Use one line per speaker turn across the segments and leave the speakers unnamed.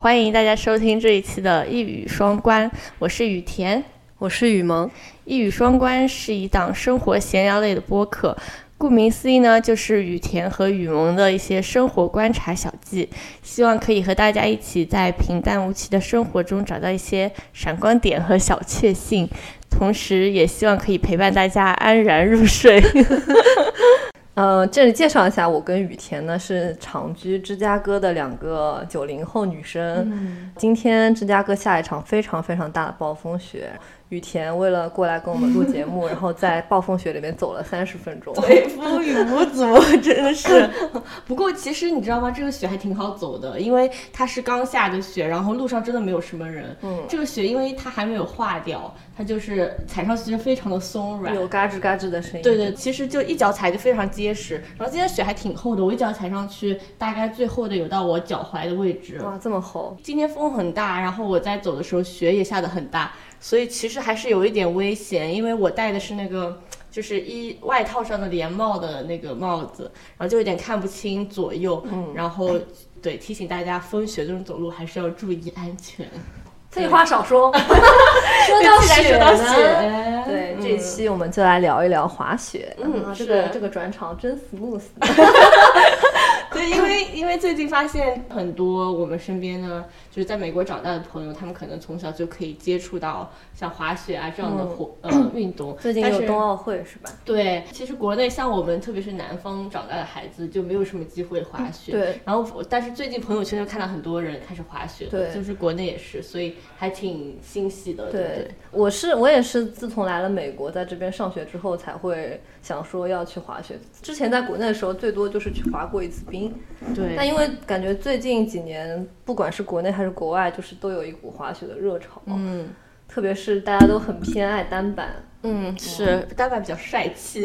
欢迎大家收听这一期的《一语双关》，我是雨田。
我是雨萌，
一语双关是一档生活闲聊类的播客，顾名思义呢，就是雨田和雨萌的一些生活观察小记，希望可以和大家一起在平淡无奇的生活中找到一些闪光点和小确幸，同时也希望可以陪伴大家安然入睡。
呃，这里介绍一下，我跟雨田呢是长居芝加哥的两个九零后女生。
嗯
今天芝加哥下一场非常非常大的暴风雪，雨田为了过来跟我们录节 目，然后在暴风雪里面走了三十分钟。
对， 风雨无阻，真的是。 不过其实你知道吗？这个雪还挺好走的，因为它是刚 下的雪，然后路上真的没有什么人。
嗯
这个雪因为它还没有化掉，它就是踩上去就非常的松软。
有嘎吱嘎吱的声音。
对对，其实就一脚踩就非常结实。然后今天雪还挺厚的，我一脚踩上去，大概最厚的有到我脚踝的位置。
哇，这么厚，
今天风很大，然后我在走的时候雪也下得很大，所以其实还是有一点危险，因为我戴的是那个就是衣外套上的连帽的那个帽子，然后就有点看不清左右，嗯、然后对提醒大家风雪中走路还是要注意安全。
废话少 说，说到
既然
雪
说到
呢。
雪，
对，
嗯
这期我们就来聊一聊滑雪。
嗯
啊
是
这个这个转场真 smooth。
对，因为因为最近发现很多我们身边呢，就是在美国长大的朋友，他们可能从小就可以接触到像滑雪啊这样的活、呃运动。
最近
但
有
是
冬奥会是吧？
对，其实国内像我们，特别是南方长大的孩子，就没有什么机会滑雪。
对。
然后我，但是最近朋友圈就看到很多人开始滑雪了，
对
就是国内也是，所以还挺欣喜的，对不
对，我是我也是自从来了美国，在这边上学之后，才会想说要去滑雪。之前在国内的时候，最多就是去滑过一次冰。
对
但因为感觉最近几年，不管是国内还是国外，就是都有一股滑雪的热潮，
嗯
特别是大家都很偏爱单板。
嗯，是单板比较帅气，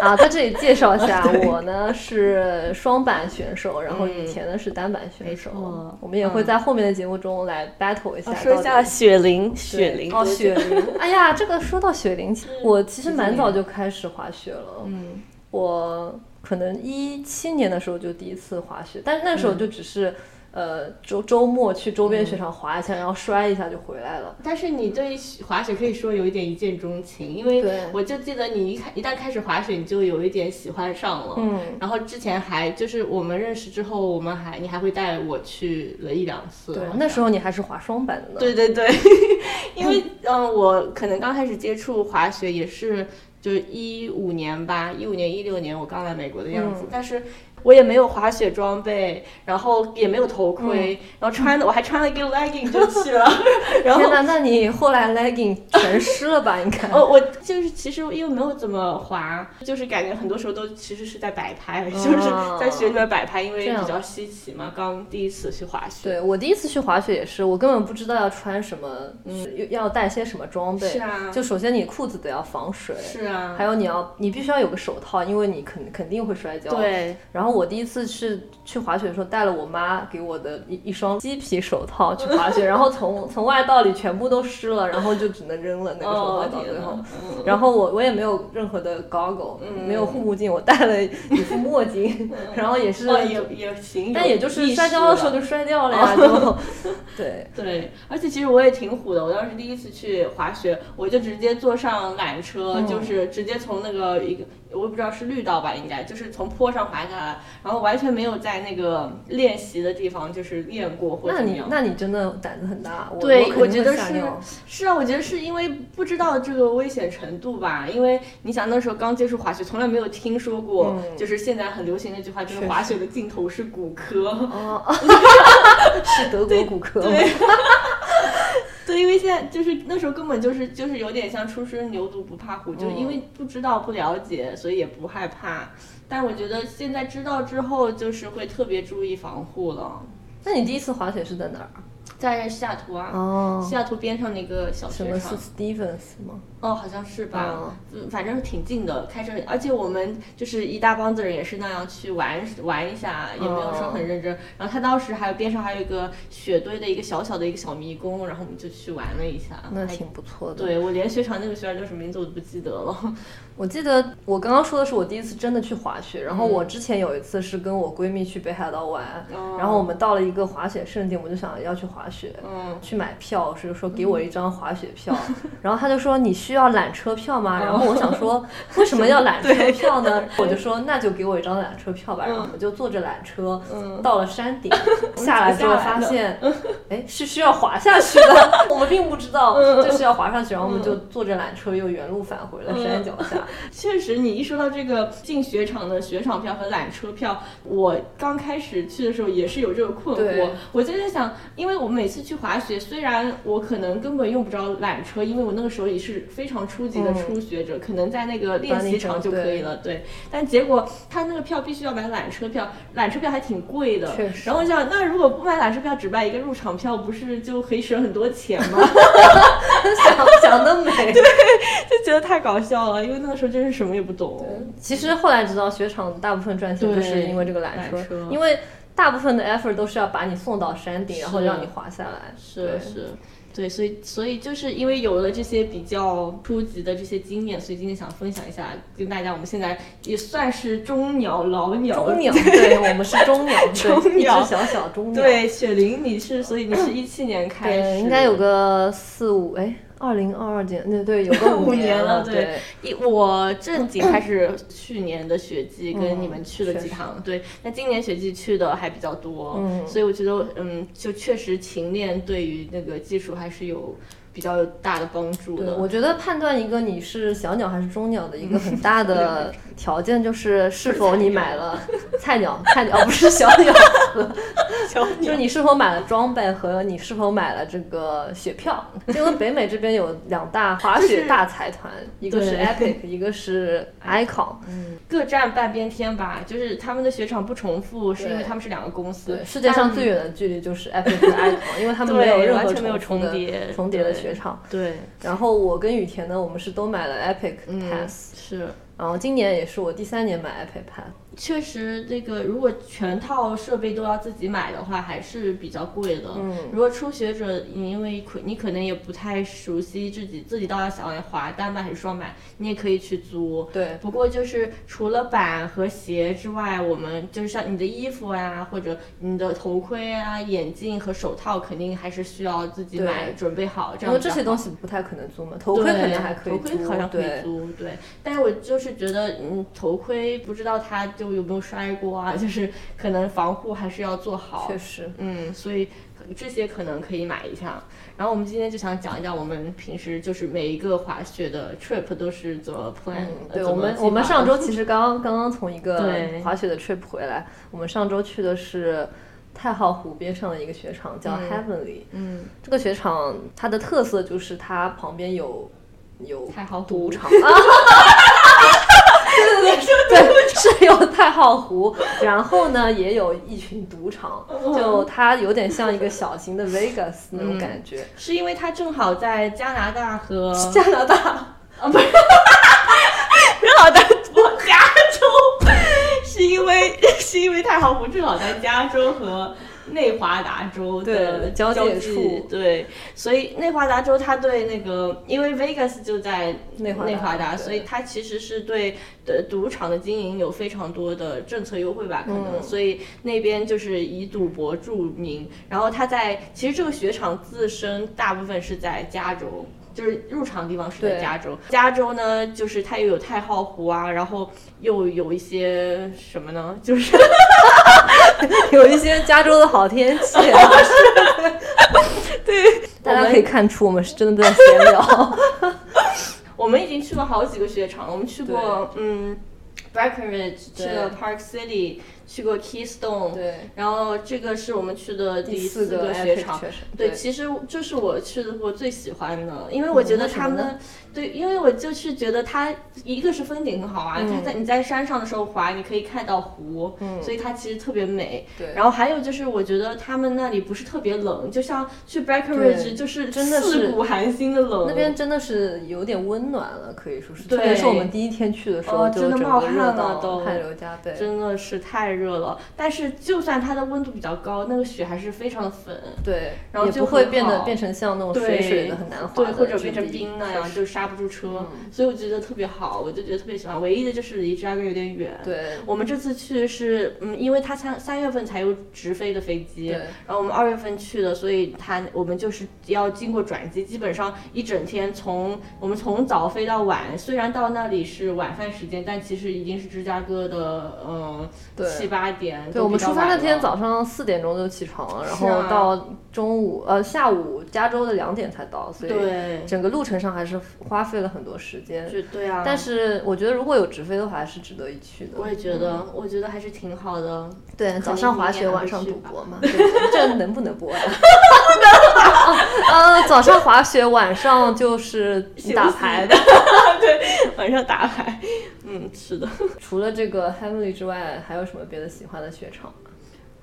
啊，在这里介绍一 下，我呢是双板选手，然后雨田呢是单板选手
嗯没错。嗯哦
我们也会在后面的节目中来 battle 一下。
说一下雪龄，雪龄，
哦，雪龄。哎呀，这个说到雪龄，其我其实蛮早就开始滑雪了。
嗯，
我可能一七年的时候就第一次滑雪，但是那
嗯
时候就只是、呃周周末去周边雪场滑一下，然后摔一下就回来了。
但是你对滑雪可以说有一点一见钟情，因为
对
我就记得你一开一旦开始滑雪，你就有一点喜欢上了。
嗯，
然后之前还就是我们认识之后，我们还你还会带我去了一两次。
对
好，
那
像
时候你还是滑双板的呢。
啊对对 对，因为嗯、呃我可能刚开始接触滑雪也是就是一五年吧，一五年一六年我刚来美国的样
嗯
子，但是我也没有滑雪装备，然后也没有头盔，
嗯
然后穿的我还穿了一个 legging 就 去了，然
天
后。
呐，那你后来 legging 全湿了吧？应 该。
哦，我就是其实因为没有怎么滑，就是感觉很多时候都其实是在摆拍，就是在雪里面摆拍，因为
哦这样
比较稀奇嘛，刚第一次去滑雪。
对我第一次去滑雪也是，我根本不知道要穿什么，嗯，要带些什么装备。
是啊
就首先你裤子得要防水，
是啊
还，有你要你必须要有个手套，因为你肯肯定会摔跤。。
对，
然后我第一次去去滑雪的时候，带了我妈给我的一一双鸡皮手套去滑雪，然后从从外到里全部都湿了，然后就只能扔了那个手套
哦，
到
天
最后
呐。嗯
然后我我也没有任何的 goggle，、没有护目镜，我戴了一副墨镜，然后也是
哦，也也行，
但
有
也就是
意
摔
识
跤的时候
了哦
就摔掉了呀，就 对。
对，而且其实我也挺虎的。我当时第一次去滑雪，我就直接坐上缆车，
嗯
就是直接从那个一个我也不知道是绿道吧，应该就是从坡上滑下来，然后完全没有在那个练习的地方就是练过或者
那
怎么
你
样。
那你真的胆子很大，我
对
我肯
我
定
觉
会
得
吓
是
尿
是啊，我觉得是因为不知道这个危险程度吧，因为你想那时候刚接触滑雪，从来没有听说过，
嗯
就是现在很流行那句话，就
确
是滑雪的尽头是骨科。
哦，是德国骨科吗，
对对，因为现在就是那时候根本就是就是有点像初生牛犊不怕虎，就是
嗯
因为不知道不了解，所以也不害怕。但我觉得现在知道之后，就是会特别注意防护了。
那你第一次滑雪是在哪儿？
在西雅图啊，
哦
西雅图边上那一个小
什
雪
么
场
是，Stevens 吗？
哦，好像是吧，嗯，反正挺近的，开车，而且我们就是一大帮子人也是那样去玩玩一下，也没有说
哦
很认真。然后他当时还有边上还有一个雪堆的一个小小的一个小迷宫，然后我们就去玩了一下。
那
还
挺不错的。
对我连雪场那个雪场叫什么名字我都不记得了。
我记得我刚刚说的是我第一次真的去滑雪，然后我之前有一次是跟我闺蜜去北海道玩，然后我们到了一个滑雪圣地，我就想要去滑雪，
嗯
去买票，是说给我一张滑雪票，然后她就说你需要缆车票吗？然后我想说为什么要缆 车票呢？我就说那就给我一张缆车票吧，然后我们就坐着缆车到了山 顶，嗯下来之后发现， 哎是需要滑下去的， 我们并不知道就是要滑上去，然后我们就坐着缆车又原路返回了山脚下。
确实，你一说到这个进雪场的雪场票和缆车票，我刚开始去的时候也是有这个困惑
对。
我就在想，因为我每次去滑雪，虽然我可能根本用不着缆车，因为我那个时候也是非常初级的
嗯
初学者，可能在那个练习场就可以了。对，但结果他那个票必须要买缆车票，缆车票还挺贵的。
确实
然后我想，那如果不买缆车票，只买一个入场票，不是就可以省很多钱 吗？
想想得 美。
就 觉得太搞笑了，因为那个时候真是什么也不懂。
其实后来知道，雪场大部分赚钱
对
就是因为这个缆车，
缆车
因为大部分的 effort 都是要把你送到山顶，然后
是
让你滑下来。
是是，对，所以所以就是因为有了这些比较初级的这些经验，所以今天想分享一下，跟大家我们现在也算是中鸟老鸟
中鸟，对我们是中 鸟，
中
对，一
鸟
只小小中鸟，
对，雪玲你是，所以你是一七年开始，
对，应该有个四五哎，二零二二年，对对，有个
五
年
年了，
对。
对，一我正经开始去年的雪季跟你们去了几趟，对，那今年雪季去的还比较多，
嗯
所以我觉得，嗯，就确实勤练对于那个技术还是有比较大的帮助
对，
的。
我觉得判断一个你是小鸟还是中鸟的一个很大的
嗯
条件就是是否你买了菜鸟，菜鸟哦不是小 鸟，就是你是否买了 装备和你是否买了这个雪票。因为北美这边有两大滑
就
雪
是
大财团，一个是
对嗯
Epic，一个是 Icon，
各占半边天吧，就是他们的雪场不重复，是因为
对
他们是两个公司
对，。世界上最远的距离就是 Epic 和 Icon，因为他们没有
对
任
完
何
全没有
重复
重叠
的重叠的
对
雪场。
对，
然后我跟雨田呢，我们是都买了 Epic
嗯
Pass，、
是。
然后今年也是我第三年买 Epic Pass。
确实，这个如果全套设备都要自己买的话，还是比较贵的。嗯，如果初学者，你因为可你可能也不太熟悉自己自己到底想要滑单板还是双板，你也可以去租。
对
不过就是除了板和鞋之外，我们就是像你的衣服啊，或者你的头盔啊、眼镜和手套，肯定还是需要自己买
对
准备好。
然
这样
后
比
这
较
些
好
东西不太可能租嘛，头盔
对
肯定还可以
头盔
租，
好像可以
对，
租，对。但是我就是觉得，嗯，头盔不知道它就有没有摔过啊， 就是可能防护还是要做好
确。实。
嗯，所以可这些可能可以买一下。然后我们今天就想讲一讲我们平时就是每一个滑雪的 trip 都是怎么 plan
嗯
呃、，
对
怎
我
么
们，
计
我们
划
上
的
周其实刚刚刚从一个
对
滑雪的 trip 回来，我们上周去的是太浩湖边上的一个雪场，叫 Heavenly。
嗯，
这个雪场它的特色就是它旁边有有
太好
赌
赌场。
场啊。对对对，是有太浩湖， 然后呢也有一群赌场，
哦
就它有点像一个小型的 Vegas 那种感觉。
是因为它正好在加拿大和
加拿大
正好在我加州， 是因为是因为太行湖正好在加州和内华达州的
对交界
际
处
对，所以内华达州它对那个，因为 Vegas 就在
内华达
内华达，
对
所以它其实是对呃赌场的经营有非常多的政策优惠吧，可
嗯
能，所以那边就是以赌博著名。然后它在其实这个雪场自身大部分是在加州。就是入场地方是在
对
加州，加州呢，就是它又有太浩湖啊，然后又有一些什么呢？ 就是
有一些加州的好天气、啊，对，大家可以看出我们是真的在闲聊。
我们已经去了好几个雪场，我们去过嗯 Breckenridge，去
对
了 Park City，去过 Keystone，
对，
然后这个是我们去的第
四
四个
雪
雪场。
对
对，，其实这是我去的我最喜欢的，因为我觉得他
为什么
们，对，因为我就是觉得它一个是风景很好啊，
嗯
它在你在山上的时候滑，你可以看到湖，
嗯
所以它其实特别美。
对
然后还有就是，我觉得他们那里不是特别冷，就像去
对
Breckenridge 就是
真的是
刺骨寒心的冷，
那边真的是有点温暖了，可以说是，特
对
别是我们第一天去的时候，
哦
就
真的
整
冒
个
汗
热
了
到
都
汗流浃背。
真的是太热了。但是就算它的温度比较高，那个雪还是非常的粉，
对，
然后
也
就
不会
很
变得
好
变成像那种水
对
水的很难滑
对，
的
或者
质
变成
地
冰那样，就刹不住车。
嗯
所以我觉得特别好，我就觉得特别喜欢。唯一的就是离芝加哥有点远。
对
我们这次去是，嗯，因为它三三月份才有直飞的飞机，
对
然后我们二月份去的，所以它我们就是要经过转机，基本上一整天从我们从早飞到晚，虽然到那里是晚饭时间，但其实已经是芝加哥的嗯
对
七八点。
对，我们出发那天早
早。
上四点钟就起床了，然
是
后
啊
到中午呃下午加州的两点才到，所以
对
整个路程上还是花费了很多时间。
就对啊，
但是我觉得如果有直飞的话，还是值得一去的。
我也觉得，
嗯
我觉得还是挺好的。
对，早上滑雪，晚上赌博嘛，对这能不能播 呀？呃，早上滑雪，晚上就是打牌的。
晚上打牌，嗯，是的。
除了这个 Heavenly 之外，还有什么别的喜欢的雪场吗？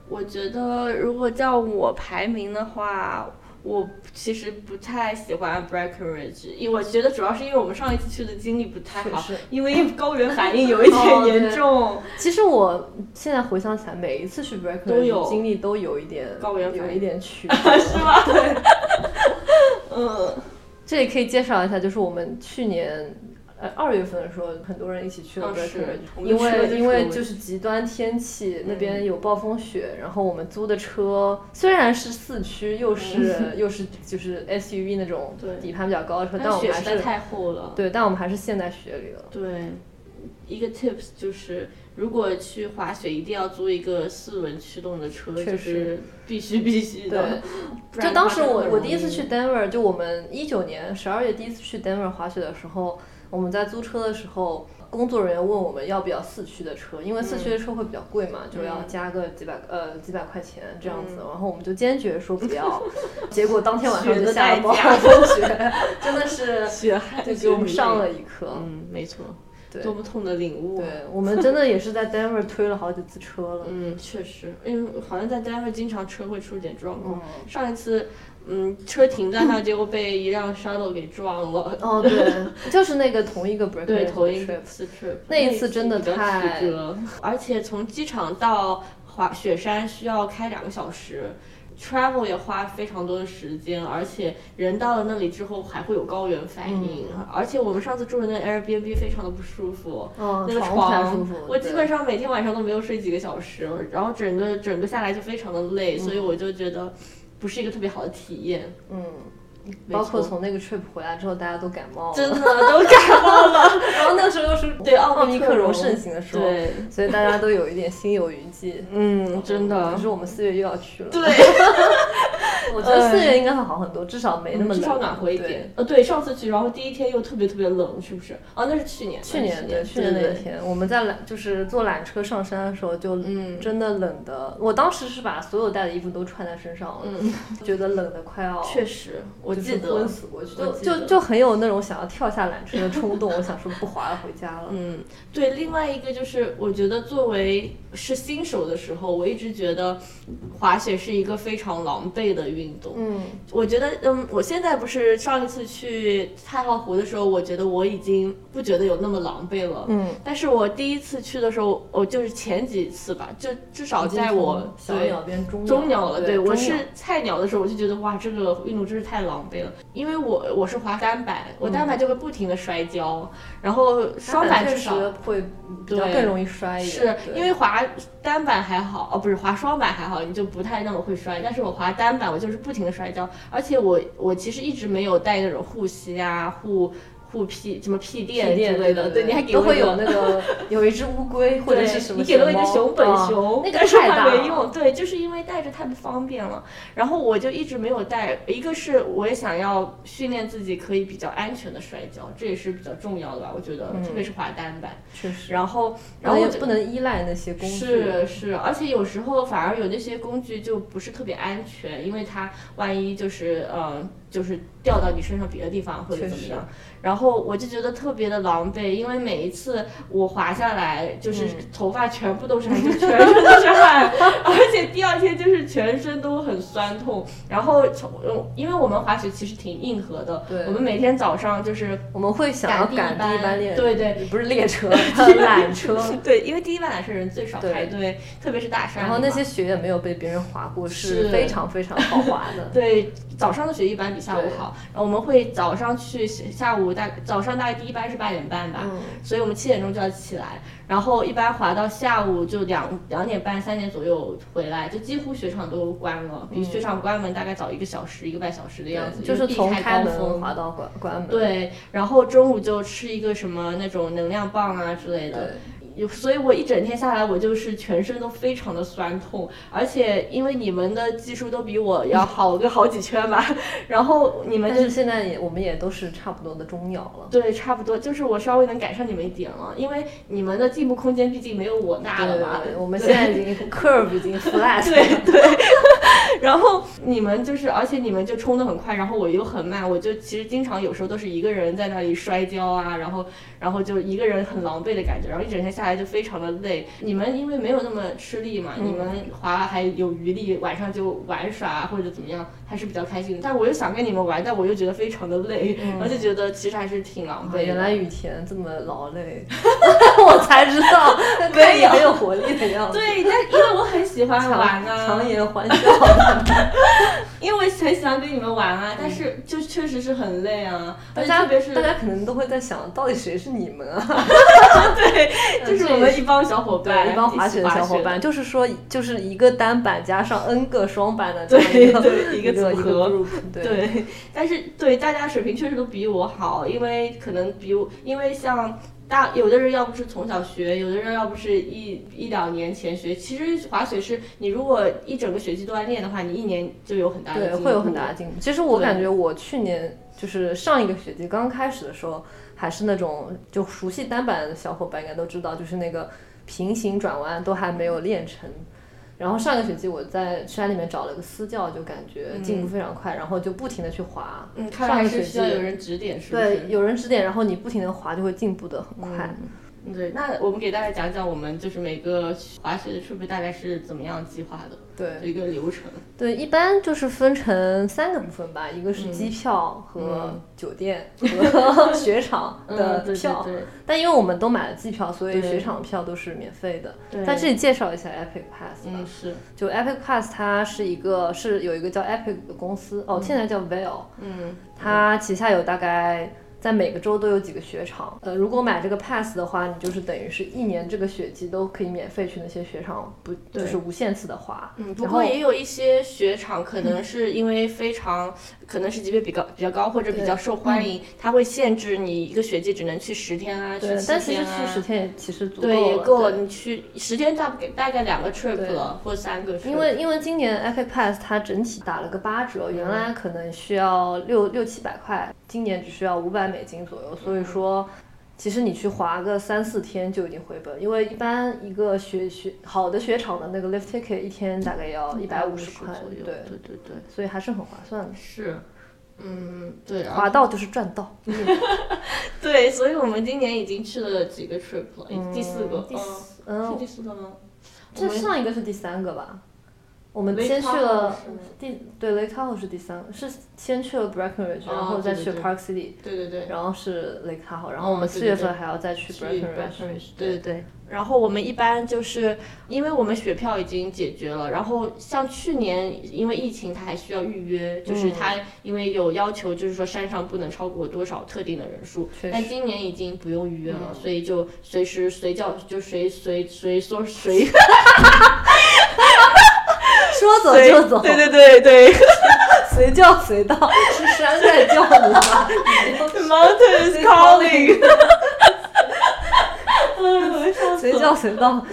我觉得如果叫我排名的话，我其实不太喜欢 Breckenridge，因为我觉得主要是因为我们上一次去的经历不太好
确实，
因为高原反应有一点
哦对
严重。
其实我现在回想起来，每一次去 b r e a k
都有
经历都有一点
高原反应
有一点曲 折，是吗？对，
嗯，
这里可以介绍一下，就是我们去年。呃，二月份的时候，很多人一起去了
啊
b r e a
是
k e r
我们嗯
因
去了就
为
是
因为
我
就是极端天气，那边有暴风雪，然后我们租的车虽然是四驱，又是又是就是 SUV 那种
嗯对
底盘比较高的车，但
但
我
雪
们还
实在
是
太厚了。
对，但我们还是陷在雪里了。
对，一个 tips 就是，如果去滑雪，一定要租一个四轮驱动的车，
确实
就是必须必须的。不
就
然的
当
话
时
真的
我
很
我
容
第一次
易
去 Denver，就我们一九年十二月第一次去 Denver 滑雪的时候，我们在租车的时候，工作人员问我们要不要四驱的车，因为四驱
嗯
的车会比较贵嘛，就要加个几百呃几百块钱这样子，然后我们就坚决说不 要，结果当天晚上
嗯雪
就
的
下
代
了暴
价
风雪， 真的是
血汗
就
就
给我们上了一课。
嗯，没错，
对
多么痛的领悟啊。
对我们真的也是在 Denver 推了好几次车了，
嗯，确实，因为好像在单位经常车会出点状
哦
况。上一次，嗯，车停在 那，结果被一辆 shuttle 给撞了。
哦，对，就是那个同一个 break
对，头一
trip，
次 trip，
那一次真的
比较曲
太
折，而且从机场到滑雪山需要开两个小时。travel 也花非常多的时间，而且人到了那里之后还会有高原反
嗯
应，而且我们上次住的那 Airbnb 非常的不舒服，
嗯，
那个
床才舒服，
我基
对
本上每天晚上都没有睡几个小时，然后整个整个下来就非常的累，所以
嗯
我就觉得不是一个特别好的体验。没
包括
错
从那个 trip 回来之后，大家都感冒
真
了。
的都感冒了，
然后那个时候又 是
对奥
密
密
克
克戎
戎盛行的时候，
对，
所以大家都有一点心有余悸。
嗯，真的
可是我们四月又要去了，
对，
我觉得四月应该会好很嗯多，至少没那么
至
冷，
少暖和一
对。
点。呃，对，上次去，然后第一天又特别特别冷，是不是？哦，那是去年，
去年
那
对，嗯去
是去
年那一
对对
天，我们在缆就是坐缆车上山的时候，就
嗯
真的冷的。我当时是把所有带的衣服都穿在身上了，觉得冷的快要
确实，我
就是
记得
昏死过去，
我
就
记
就
得
就很有那种想要跳下缆车的冲动。我想说不滑了，回家了。
嗯，对，另外一个就是，我觉得作为是新手的时候，我一直觉得滑雪是一个非常狼狈的运动。
嗯，
我觉得，嗯，我现在不是上一次去太浩湖的时候，我觉得我已经不觉得有那么狼狈了。
嗯，
但是我第一次去的时候，我就是前几次吧，就至少在我
小
对
鸟变中
中鸟了，
对，中
我
鸟
是菜鸟的时候，我就觉得哇，这个运动真是太狼狈了。因为我我是滑单板，我单板就会不停的摔跤，然后双板
嗯确
至
实
少
会比较
对
更容易摔一
是
点，对
因为滑单板还好，哦，不是滑双板还好，你就不太那么会摔。但是我滑单板，我就是不停的摔跤，而且我我其实一直没有带那种护膝啊、护护屁什么
屁
屁垫
垫
之
对
类的，
对对
你还给
都
我一
会有
个
那个 有一只乌龟或者
对
是什么，
你给了我一个熊本
啊
熊，
那个
但是
太大
还没
了
用。对，就是因为带着太不方便了，然后我就一直没有带。一个是我也想要训练自己可以比较安全的摔跤，这也是比较重要的吧，我觉得，特别是滑单板。
嗯确实，
然后，
然
然后
后
我
不能依赖那些工具，
是是，而且有时候反而有那些工具就不是特别安全，因为它万一就是呃就是掉到你身上别的地方或
啊
者
确
怎么
实
样，然后我就觉得特别的狼狈，因为每一次我滑下来就是
嗯
头发全部都是汗，就全身都是汗， 而且第二天就是全身都很酸痛，然后从呃因为我们滑雪其实挺硬核的，
对
我们每天早上就是
我们会想要赶第一班列，
对对。
不是列 车，缆车。
对，因为第一班缆车人最少
对
排队，特别是大山
然
里嘛。
后那些雪也没有被别人划过，是
是。
非常非常好滑的
对，早上的学一般比下午好。然后我们会早上去，下午大早上大概第一班是八点半吧，
嗯
所以我们七点钟就要起来，然后一般滑到下午就两两点半、三点左右回来，就几乎雪场都关了，比雪场关门大概早一个小时、一个半小时的样子，
嗯就
因
是
为避
从
开
开
高
门
峰。
滑到关关门。
对，然后中午就吃一个什么那种能量棒啊之类的，有，所以我一整天下来，我就是全身都非常的酸痛，而且因为你们的技术都比我要好个好几圈吧， 然后你们
但
就是
现在也我们也都是差不多的中鸟了。
对，差不多，就是我稍微能赶上你们一点了，因为你们的进步空间毕竟没有我大了吧。
对，我们现在已 经 curve 已经 flat 了。
对对， 然后你们就是，而且你们就冲得很快，然后我又很慢，我就其实经常有时候都是一个人在那里摔跤啊，然后然后就一个人很狼狈的感觉，然后一整天下来就非常的累。你们因为没有那么吃力嘛，你们
嗯
滑还有余力，晚上就玩耍啊或者怎么样，还是比较开心的。但我又想跟你们玩，但我又觉得非常的累，然后就觉得其实还是挺狼狈
啊
的。
嗯原来雨田这么劳累， 我才知 道，看你很有活力的样子。
对，但因为我很喜欢玩啊，
强颜欢笑，
因为我很喜欢跟你们玩啊，但是就确实是很累啊，
大
而且
家
特别是
嗯大家可能都会在想，到底谁是你们啊？
就是我们一帮小伙伴，
对，一帮滑雪
一
的
起
小
滑
伙伴，
的，
就是说，就是一个单板加上 N 个双板的这样
对
一个
对，一
一个
组合。
group，对，
对，但是对大家水平确实都比我好，因为可能比我，因为像大有的人要不是从小学，有的人要不是一一两年前学。其实滑雪是你如果一整个学期都在练的话，你一年就有很大的
对，
进步
会有很大的进步。其实我
对
感觉我去年就是上一个学期刚开始的时候，还是那种就熟悉单板的小伙伴应该都知道，就是那个平行转弯都还没有练成。然后上个学期我在山里面找了个私教，就感觉进步非常快，然后就不停的去滑。
嗯，看
上
来
个学
是需要
期
有人指点，是不是？
对，有人指点，然后你不停的滑就会进步的很快。
嗯对，那我们给大家讲讲我们就是每个滑雪的设备大概是怎么样计划的，
对
一个流程。
对，一般就是分成三个部分吧，一个
嗯
是机票和酒 店和雪场的
嗯对对
票
对，
但因为我们都买了季票，所以
对
雪场票都是免费的。
对
但这里介绍一下 Epic Pass 吧
嗯，，是，
就 Epic Pass 它是一个是有一个叫 Epic 的公司，哦，现在叫 Vail，
嗯，
它旗下有大概在每个州都有几个雪场。呃，如果买这个 pass 的话，你就是等于是一年这个雪季都可以免费去那些雪场，不就是无限次的滑。
嗯，不
然后
过也有一些雪场，可能是因为非常，可能是级别比高比较高或者比较受欢迎，它会限制你一个雪季只能去十天啊，去
嗯对，
七
但其实
天
去
啊
十天也其实足够
对，也
了
够
对
了。你去十天大概大概两个 trip
对
了，或三个 trip。
因为因为今年 Epic Pass 它整体打了个八折，原来可能需要六六七百块，今年只需要五百美金左右，所以说。其实你去滑个三四天就已经回本，因为一般一个雪雪好的雪场的那个 lift ticket 一天大概要一百五十块
左右，
对，
对对对，
所以还是很划算的。
是，嗯，对，然后
滑到就是赚到，
对，所以我们今年已经去了几个 trip 了，第四个，
嗯第四，
嗯，是
嗯，
第四个吗？
这
我们
上一个是第三个吧？我们
Lake
先去
Tahoe
了
是吗
第对 Lake Tahoe 是第三个，是先去了 Breckenridge，、
哦
然后再
对
去
对对
Park City，
对对对。
然后是 Lake Tahoe，然后我
哦
们
对
四
对
月
对
份还要再去
去
Breckenridge，
Breckenridge，对对对，然后我们一般就是因为我们雪票已经解决了，然后像去年因为疫情，它还需要预约，就是
嗯
它因为有要求，就是说山上不能超过多少特定的人数，
确
但今年已经不用预约了，
嗯
所以就 随时随叫就随随随说随
说走就走，
对对对 对
随叫随到，是山在叫你吧？
，The mountain is calling。
随叫随到，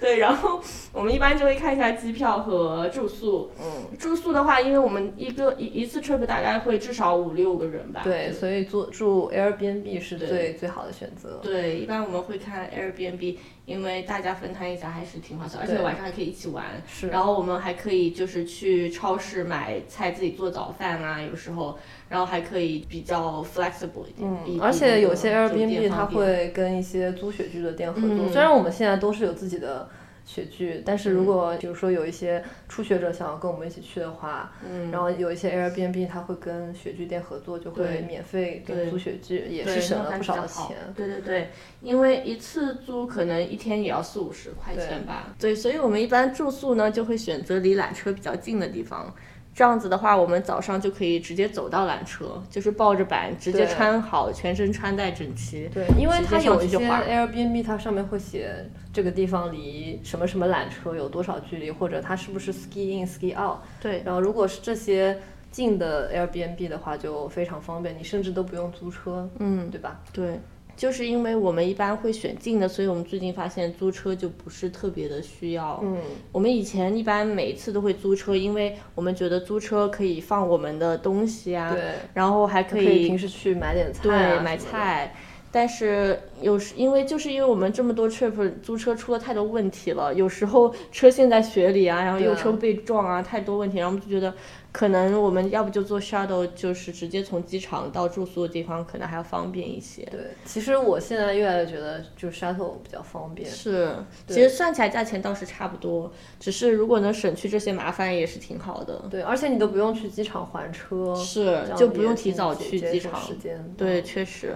对，然后我们一般就会看一下机票和住宿。
嗯，
住宿的话，因为我们一个一一次 trip 大概会至少五六个人吧。
对，所以住住 Airbnb 是
对
最最好的选择。
对，一般我们会看 Airbnb，因为大家分摊一下还是挺划算，而且
对
晚上还可以一起玩。
是
然后我们还可以就是去超市买菜，自己做早饭啊，有时候，然后还可以比较 flexible
嗯
一点。比
嗯而且有些 Airbnb
比那个酒店
它。
方便
会跟一些租雪具的店合作，
嗯
虽然我们现在都是有自己的雪具，但是如果比如说有一些初学者想要跟我们一起去的话，
嗯，
然后有一些 Airbnb 它会跟雪具店合作，就会
对
免费给
对
你租雪具，也
对
是省
那
了
还
不
比
少
较
的
好
钱。
对对对，因为一次租可能一天也要四五十块钱吧。
对，所以我们一般住宿呢，就会选择离缆车比较近的地方。这样子的话，我们早上就可以直接走到缆车，就是抱着板，直
对
接穿好，全身穿戴整齐。
对，因为
直接
它
上
有
去
一些
就滑
Airbnb，它上面会写这个地方离什么什么缆车有多少距离，或者它是不是 ski in ski out。
对，
然后如果是这些近的 Airbnb 的话，就非常方便，你甚至都不用租车，
嗯，
对吧？
对，就是因为我们一般会选近的，所以我们最近发现租车就不是特别的需要。
嗯，
我们以前一般每一次都会租车，因为我们觉得租车可以放我们的东西啊，
对，
然后还
嗯可
可
以
以
平时去买点菜、啊，
对买。菜。但是有时因为就是因为我们这么多 trip 租车出了太多问题了，有时候 车陷在雪里啊，然后
对
有车被撞啊，太多问题，然后我们就觉得可能我们要不就坐 shuttle，就是直接从机场到住宿的地方，可能还要方便一些。
对，其实我现在越来越觉得，就是 shuttle 比较方便。
是，其
对
实算起来价钱倒是差不多，只是如果能省去这些麻烦，也是挺好的。
对，而且你都不用去机场还车，
是
这样
就不
也
用提
挺
早
节
去
节
机
省
场
时间。
对，
嗯，
确实。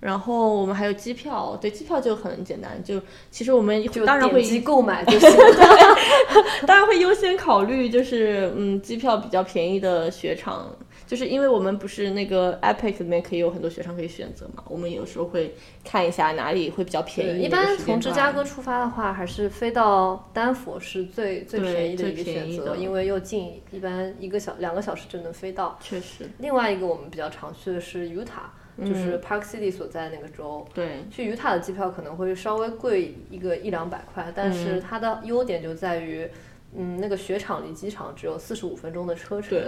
然后我们还有机票，对机票就很简单，就其实我们
就
当然
点击
会
购买就行了。
当然会优先考虑，就是嗯，机票比较便宜的雪场，就是因为我们不是那个 Epic 里面可以有很多雪场可以选择嘛，我们有时候会看一下哪里会比较便
对，
宜。
一般从芝加哥出发的话，还是飞到丹佛是最最
对
便宜的
最
一个
便
选
宜
择，
的
因为又近，一般一个小两个小时就能飞到。
确实
另外一个我们比较常去的是 Utah，、就是
嗯
Park City 所在那个州。
对，
去 Utah 的机票可能会稍微贵一个一两百块，但
嗯
是它的优点就在于。嗯，那个雪场离机场只有四十五分钟的车程
对，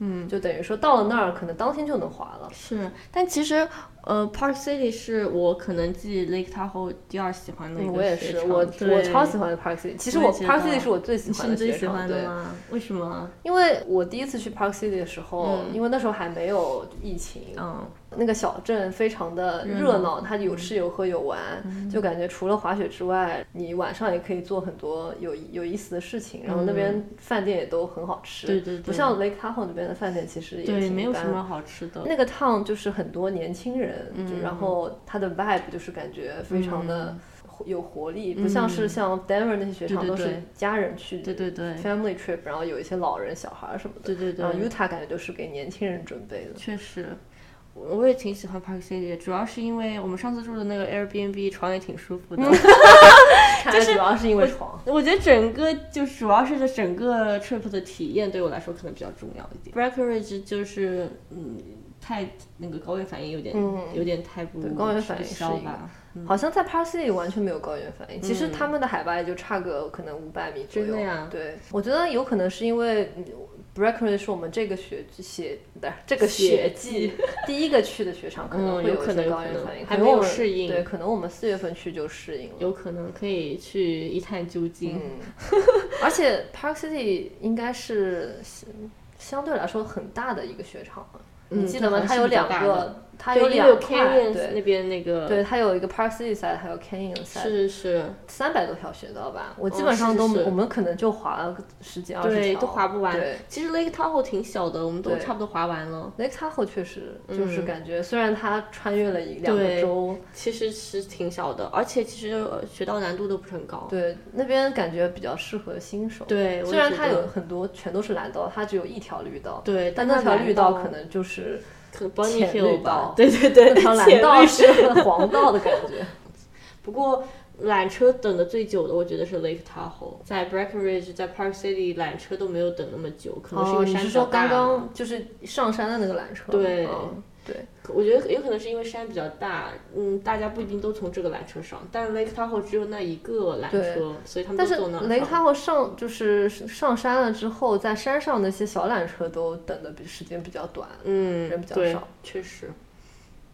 嗯，就等于说到了那儿，可能当天就能滑了。
是，但其实呃，Park City 是我可能继 Lake Tahoe 第二喜欢的一
嗯，
个
我也
雪
是，
场
我我
对
超喜欢 Park City。其实
我也
我
觉
Park
得
City 是我最喜
你
欢的
是你最
雪
喜
场，
欢
对
的。吗？为什么？
因为我第一次去 Park City 的时候，
嗯
因为那时候还没有疫情，
嗯，
那个小镇非常的热闹，它有吃有喝有玩，
嗯
就感觉除了滑雪之外，你晚上也可以做很多有有意思的事情。然后那边饭店也都很好吃，
嗯对对对
不像 Lake Tahoe 那边的饭店其实也
对，
挺
没
一
有什
般。
么嗯好吃的。
那个 town 就是很多年轻人，就然后它的 vibe 就是感觉非常的有活力，不像是像 Denver 那些雪场
嗯对对
都是
对
家人去，
对对对
family trip，然后有一些老人、小孩什么的。
对对对
然后 Utah 感觉就是给年轻人准备的。
确实，我我也挺喜欢 Park City，的主要是因为我们上次住的那个 Airbnb 床也挺舒 服的。
就是主要是因为床。
我觉得整个就主要是整个 trip 的体验对我来说可能比较重要一点。Breckenridge 就是嗯，太那个高原反应有点、
嗯
有点太不
对高原反应
吃
是
香
一个
吧。
好像在 Park City 完全没有高原反应，其实他们的海拔也就差个可能五百米左右。
嗯真的呀
对，我觉得有可能是因为 Breckenridge 是我们这个雪雪不是这个
血
雪
迹，
第一个去的雪场，可能
嗯
会
有
一
可能
些
有
高
可
原
能
反应，
还
可能
没有
我们
适应
对，可能我们四月份去就适应了。
有可能可以去一探究竟。
嗯，而且 Park City 应该是相相对来说很大的一个雪场了，
嗯
你记得吗？
它
它
还是
有
比较
两
大
个
的，
它
对因为
两
有
块，
Canyons 那
对
边那个，
对，它有一个 Park City side，还有 Canyon side，
是是，
三百多条雪道吧，我基
哦
本上
是
都
是
没
是
我们可能就滑了个十几二十条，
对，都滑不完
对。
其实 Lake Tahoe 挺小的，我们都
对
差不多滑完了。
Lake Tahoe 确实就是
嗯
感觉，虽然它穿越了一两个
对
州，
其实是挺小的，而且其实呃学到难度都不是很高。
对那边感觉比较适合新手。，
对，我
虽
也
然
觉
它
得
有很多全都是蓝道，它只有一条绿道，
对，
但
但
那
它
条
蓝
绿道可能就是
可能
浅
Bonnie Hill
绿
吧
道
对对对，
那条蓝
浅
道
绿
是黄道的感觉。
不过缆车等的最久的，我觉得是 Lake Tahoe，在 Breckenridge，在 Park City 缆车都没有等那么久，可能是因
哦，
为
你
山
是
比较
说
大。
刚刚就是上山的那个缆车？
对
嗯对，
我觉得有可能是因为山比较大，嗯，大家不一定都从这个缆车上，但是 Lake Tahoe 只有那一个缆车，所以他们
但
都
是
坐那儿
雷
上。
卡号上就是上山了之后，在山上那些小缆车都等的比时间比较短，
嗯，
人比较
对
少，
确实。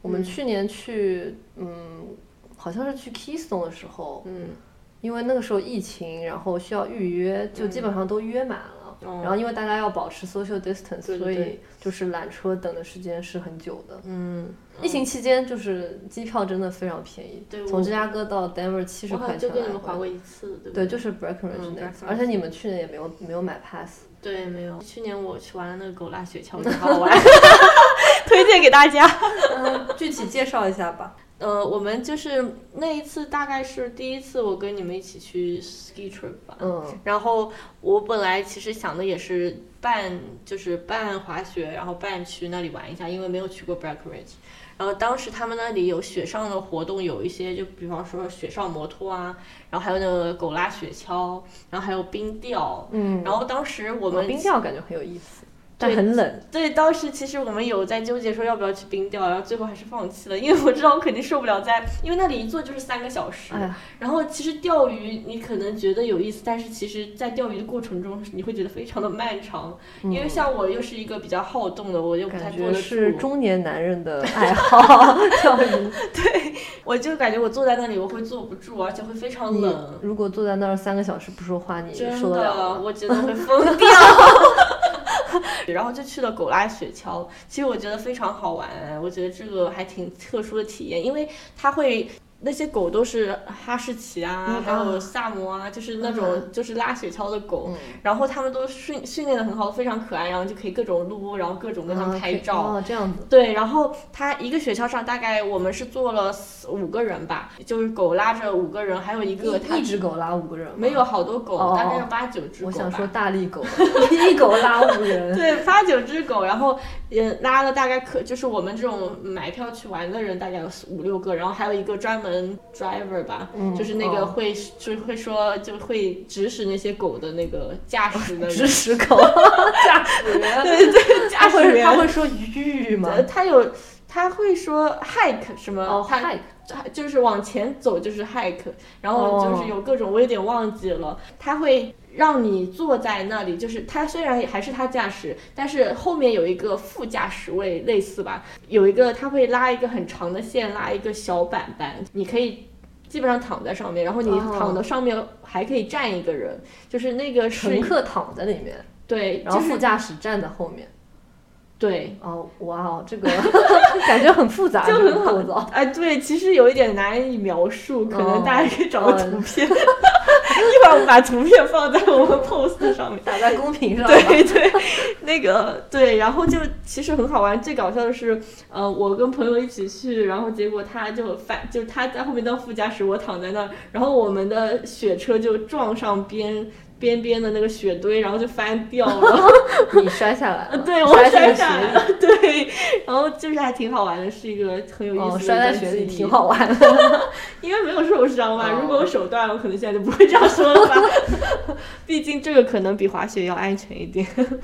我
嗯
们去年去，嗯，好像是去 Keystone 的时候，
嗯，
因为那个时候疫情，然后需要预约，就基本上都约满了。
嗯哦
然后因为大家要保持 social distance，
对对
所以
对
就是缆车等的时间是很久的。
嗯，
疫情期间就是机票真的非常便宜，
对
从
我
芝加哥到 Denver 七十
我好
块
像就
钱
跟
来
你们划
回。
过一次，对不
对，
对？
就是 Breckenridge
嗯
那次，
，Breckenridge
而且你们去年也没有没有买 pass，
对，没有。去年我去玩了那个狗拉雪橇，我觉得好好玩， 推荐给大家。
具体介绍一下吧。
呃，我们就是那一次大概是第一次我跟你们一起去 ski trip 吧。
嗯，
然后我本来其实想的也是半就是半滑雪，然后半去那里玩一下，因为没有去过 Blackridge。然后当时他们那里有雪上的活动，有一些就比方说雪上摩托啊，然后还有那个狗拉雪橇，然后还有冰钓。
嗯
然后当时我
我
们
们冰钓感觉很有意思，但很冷。
对，当时其实我们有在纠结说要不要去冰钓，然后最后还是放弃了，因为我知道我肯定受不了在，因为那里一坐就是三个小时。
哎呀，
然后其实钓鱼你可能觉得有意思，但是其实，在钓鱼的过程中你会觉得非常的漫长，因为像我又是一个比较好动的，我又不
嗯
太
感
坐
觉
得
是
住，
中年男人 的爱好，钓鱼。
我就感觉我坐在那里我会坐不住，而且会非常
你
冷，
如果坐在那儿三个小时不说话，你
真
受得了
的，
吗？
我觉得会疯掉。 然后就去了狗拉雪橇，其实我觉得非常好玩，我觉得这个还挺特殊的体验，因为它会。那些狗都是哈士奇啊，
嗯
还有
啊
萨摩啊，就是那种、
嗯
就是拉雪橇的狗，
嗯
然后他们都训训练的很好，非常可爱，然后就可以各种撸，然后各种跟他们
啊
拍
可以
照。
哦，这样子。
对，然后他一个雪橇上大概我们是坐了四五个人吧，就是狗拉着五个人，还有一个他
一一只狗拉五个人吗，
没有好多狗，
哦
大概有八九只狗
我
吧。
想说大力狗， 一狗拉五人。
对，八九只狗，然后也拉了大概可就是我们这种买票去玩的人，大概有四五六个，然后还有一个专门 driver 吧，
嗯
就是那个
哦
会、就是会说就会指使 那些狗的那个驾驶的人，
指使狗，驾驶员，
驾
他
驶
会
员
他会说鱼吗？
呃，他有他会说 hike 什么，
哦
他
，hike
就是往前走就是 hike，然后
哦
就是有各种，我有点忘记了，他会。让你坐在那里，就是他虽然还是他驾驶，但是后面有一个副驾驶位，类似吧，有一个他会拉一个很长的线，拉一个小板板，你可以基本上躺在上面，然后你
哦
躺到上面还可以站一个人，就是那个是
乘客躺在里面，
对，
然后
就是
副驾驶站在后面。
对，
哦，哇哦，这个 感觉很复 杂，
就
这
很
个
好
构造。
哎，对，其实有一点难以描述，可能
哦
大家可以找个
嗯
图片。 一会儿我把图片放在我们 post 上面。
打在公屏上吧，
对对，那个对，然后就其实很好玩。最搞笑的是，呃，我跟朋友一起去，然后结果他就反，就是他在后面当副驾驶，我躺在那儿，然后我们的雪车就撞上边边边的那个雪堆，然后就翻掉了。
你摔下 来了，
对我摔
在
下
雪
来
里。
了， 对，然后就是还挺好玩的，是一个很有意思的、
哦，摔在雪里挺，好玩的。
因为没有受伤嘛。
哦
如果我手断了，我可能现在就不会这样说了吧。 毕竟这个可能比滑雪要安全一点。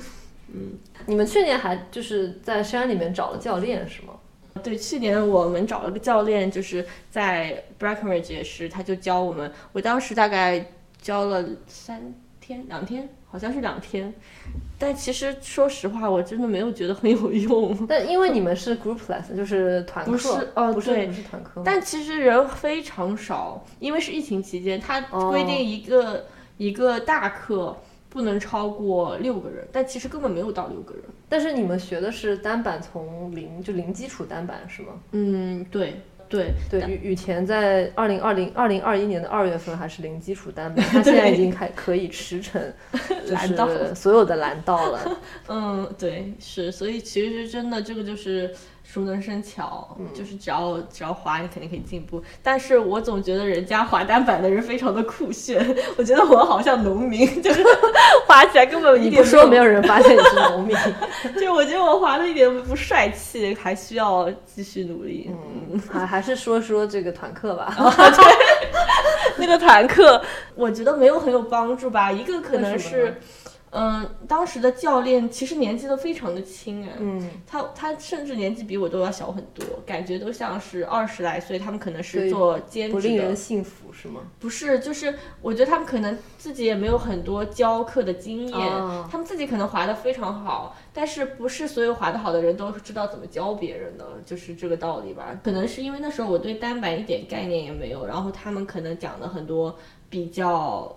你们去年还就是在山里面找了教练是 吗？
对，去年我们找了个教练，就是在 Breckenridge 也是，他就教我们。我当时大概教了三天、两天，好像是两天。但其实说实话，我真的没有觉得很有 用。
但因为你们是 group lesson，就是团课，
不是哦
不
对
是不是团课吗，
但其实人非常少，因为是疫情期间，它
哦
规定一个、一个大课不能超过六个人，但其实根本没有到六个人。
但是你们学的是单板从零就零基础单板是吗？
嗯，对对
对，雨雨田在二零二零二零二一年的二月份还是零基础单板，他现在已经开可以驰骋 就
蓝道
是所有的蓝道了。
嗯，对，是，所以其实真的这个就是熟能生巧，就是只要只要滑，你肯定可以进步。但是我总觉得人家滑单板的人非常的酷炫，我觉得我好像农民，就是 滑起来根本一
你
点
不说没
有，
有人发现你是农民，
就是我觉得我滑的一点都不帅气，还需要继续努力。 嗯，
还还是说说这个团课
哦
吧。
那个团课我觉得没有很有帮助吧，一个可能
为什么呢
是。嗯，当时的教练其实年纪都非常的轻哎，
嗯，
他他甚至年纪比我都要小很多，感觉都像是二十来岁，他们可能
所
是
以
做兼
不
职
令人
的，
信服是吗？
不是，就是我觉得他们可能自己也没有很多教课的经验，
哦
他们自己可能滑得非常好，但是不是所有滑得好的人都知道怎么教别人的，就是这个道理吧。可能是因为那时候我对单板一点概念也没有，然后他们可能讲的很多比较。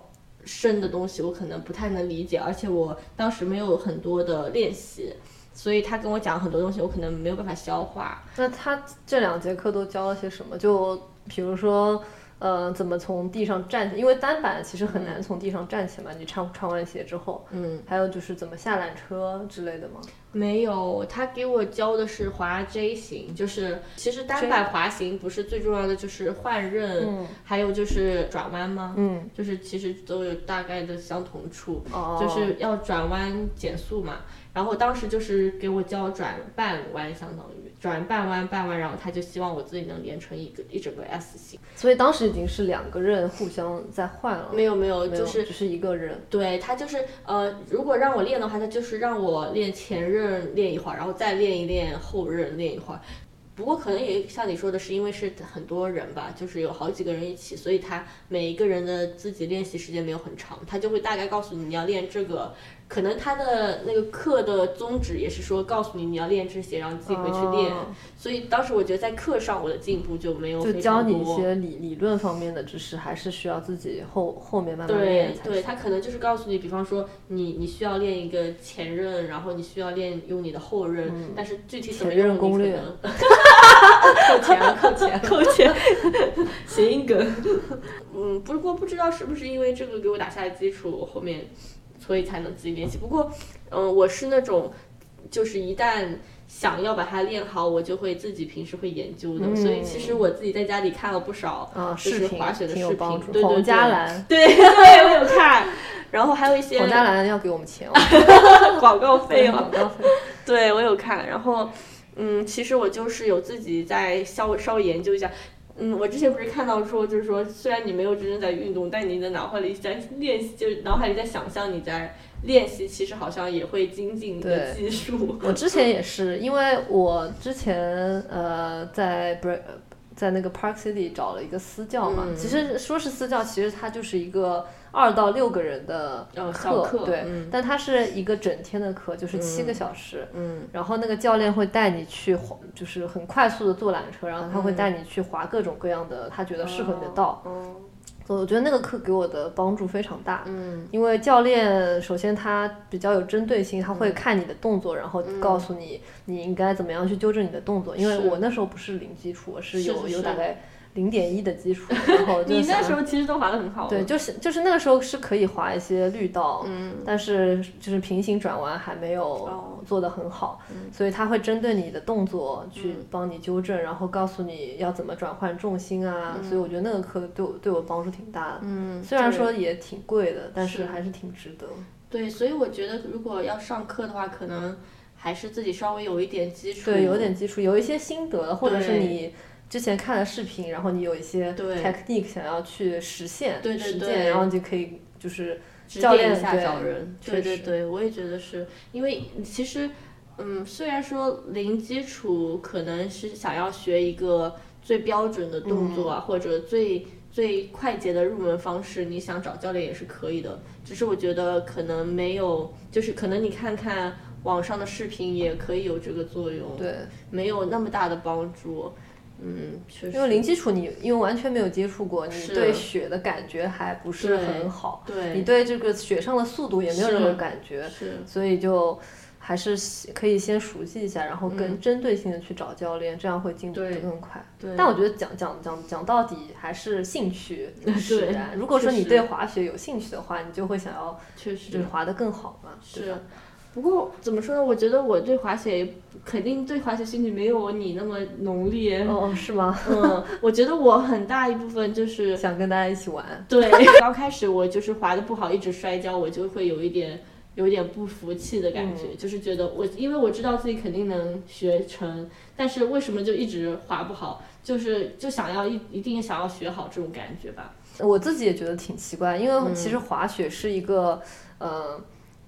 深的东西我可能不太能理解，而且我当时没有很多的练习，所以他跟我讲很多东西，我可能没有办法消化。
那他这两节课都教了些什么？就比如说，呃，怎么从地上站起，因为单板其实很难从地上站起嘛，你穿穿完鞋之后，
嗯，
还有就是怎么下缆车之类的吗？
没有，他给我教的是滑 J 型，就是其实单板滑行不是最重要的，就是换刃，还有就是转弯吗？
嗯，
就是其实都有大概的相同处，
哦
就是要转弯减速嘛。然后当时就是给我教转半弯，相当于转半弯半弯，然后他就希望我自己能连成一个一整个 S 型。
所以当时已经是两个人互相在换了，
没有没有，
没
就是
只是一个人。
对他就是呃，如果让我练的话，他就是让我练前刃练一会儿，然后再练一练后刃练一会儿。不过可能也像你说的，是因为是很多人吧，就是有好几个人一起，所以他每一个人的自己练习时间没有很长，他就会大概告诉你你要练这个。可能他的那个课的宗旨也是说告诉你你要练这些，然后你自己回去练。
哦
所以当时我觉得在课上我的进步就没有
就
非
教
常
你一
多
些理理论方面的知识，还是需要自己后后面慢慢
对
练才
对，
行。
他可能就是告诉你，比方说你你需要练一个前刃，然后你需要练用你的后刃，但是具体怎么
嗯前刃
用你
攻
可
略
能 扣钱啊扣钱啊扣钱， 谐音梗。嗯，不过不知道是不是因为这个给我打下的基础，我后面所以才能自己练习。不过，嗯、我是那种就是一旦想要把它练好，我就会自己平时会研究的，所以其
嗯
实我自己在家里看了不少
啊，
就
视
是
频
滑雪的
挺
视
有
频，
帮助。
对对对，
黄嘉兰，
对 对，我有看，然后还有一些
黄嘉兰要给我们 钱哦，
广告 费
广
嘛，
告费。
对我有看，然后嗯，其实我就是有自己在稍稍微研究一下。嗯，我之前不是看到说，就是说，虽然你没有真正在运动，但你的脑海里在练习，就是脑海里在想象你在练习，其实好像也会精进你的技术。
我之前也是，因为我之前呃在 Bra- 在那个 Park City 找了一个私教嘛，
嗯
其实说是私教，其实它就是一个二到六个人的
呃
课，
小课
对，
嗯
但它是一个整天的课，就是七个小时。
嗯
然后那个教练会带你去滑，就是很快速的坐缆车，然后他会带你去滑各种各样的他觉得适合你的道。
嗯哦
所以我觉得那个课给我的帮助非常大，
嗯
因为教练首先他比较有针对性，他会
嗯
看你的动作，然后告诉你你应该怎么样去纠正你的动作。因为
是
我那时候不是零基础，我是
是
有
是
有
是
大概零点一的基础，然后就
你那
想
时候其实都滑得很好。
对，，就是就是那个时候是可以滑一些绿道，
嗯，
但是就是平行转弯还没有
哦嗯
做得很好，所以他会针对你的动作去帮你纠正，然后告诉你要怎么转换重心啊。所以我觉得那个课对我对我帮助挺大的，
嗯，
虽然
对
说也挺贵的，但是
是
还是挺值得。
对，所以我觉得如果要上课的话，可能还是自己稍微有一点基础，
对，有点基础，有一些心得，或者是
对
你。之前看了视频，然后你有一些
对
technique 想要去实现、
对对
实践，
对
然后你就可以就是
指
教
点
练
一下
对
找人。
确
对对
实
对，我也觉得是因为其实，嗯，虽然说零基础可能是想要学一个最标准的动作啊，
嗯
或者最。最快捷的入门方式，你想找教练也是可以的。只是我觉得可能没有，就是可能你看看网上的视频也可以有这个作用，
对，
没有那么大的帮助。嗯，确实。
因为零基础你因为完全没有接触过，你
是
对雪的感觉还不是很好，
对
你对这个雪上的速度也没有任何
是
感觉，
是
所以就还是先可以先熟悉一下，然后跟针对性的去找教练，这样会进步
嗯对
得更快。
对
但我觉得讲讲讲讲到底还是兴趣使
对
然。如果说
确
你
实
对滑雪有兴趣的话，你就会想要
确
就是
实
滑得更好嘛，对
是
吧。
不过怎么说呢？我觉得我对滑雪肯定对滑雪兴趣没有你那么浓烈。
哦，是吗？
嗯，我觉得我很大一部 分就是
想跟大家一起玩。
对，刚开始我就是滑的不好，一直摔跤，我就会有一点有一点不服气的感觉，
嗯
就是觉得我因为我知道自己肯定能学成，但是为什么就一直滑不好？就是就想要一一定想要学好这种感觉吧。
我自己也觉得挺奇怪，因
嗯
为其实滑雪是一个，呃，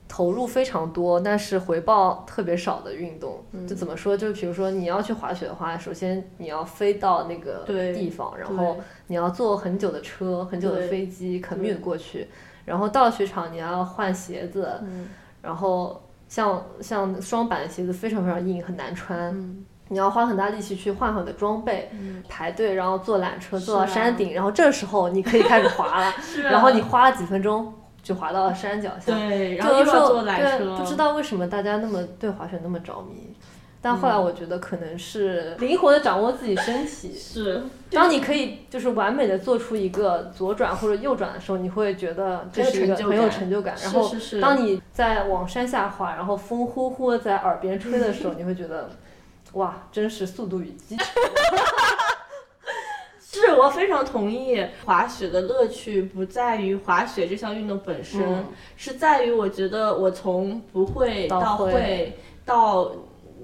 投入非常多，但是回报特别少的运动。
嗯
就怎么说，就比如说你要去滑雪的话，首先你要飞到那个
对
地方，然
对
后你要坐很久的车、很久的
对
飞机 commute 过去，然后到了雪场你要换鞋子，
嗯
然后像像双板鞋子非常非常硬，很难穿。
嗯
你要花很大力气去换好你的装备，排队，然后坐缆车
是
坐到
啊
山顶，然后这时候你可以开始滑 了，
是
然后你花了几分钟就滑到了山脚下。
对，然
这个
后又
时
要
候
坐缆
对
车，
不知道为什么大家那么对滑雪那么着迷，但后
嗯
来我觉得可能是灵活的掌握自己身体。
是
当你可以就是完美的做出一个左转或者右转的时候，你会觉得这是一个
很有成就
很有
感
成就感。然
是
后
是是，
当你在往山下滑，然后风呼呼地在耳边吹的 时候，你会觉得，哇，真是速度与激
哎
情。
是我非常同意，滑雪的乐趣不在于滑雪这项运动本身，
嗯
是在于我觉得我从不会
到
到
会
会到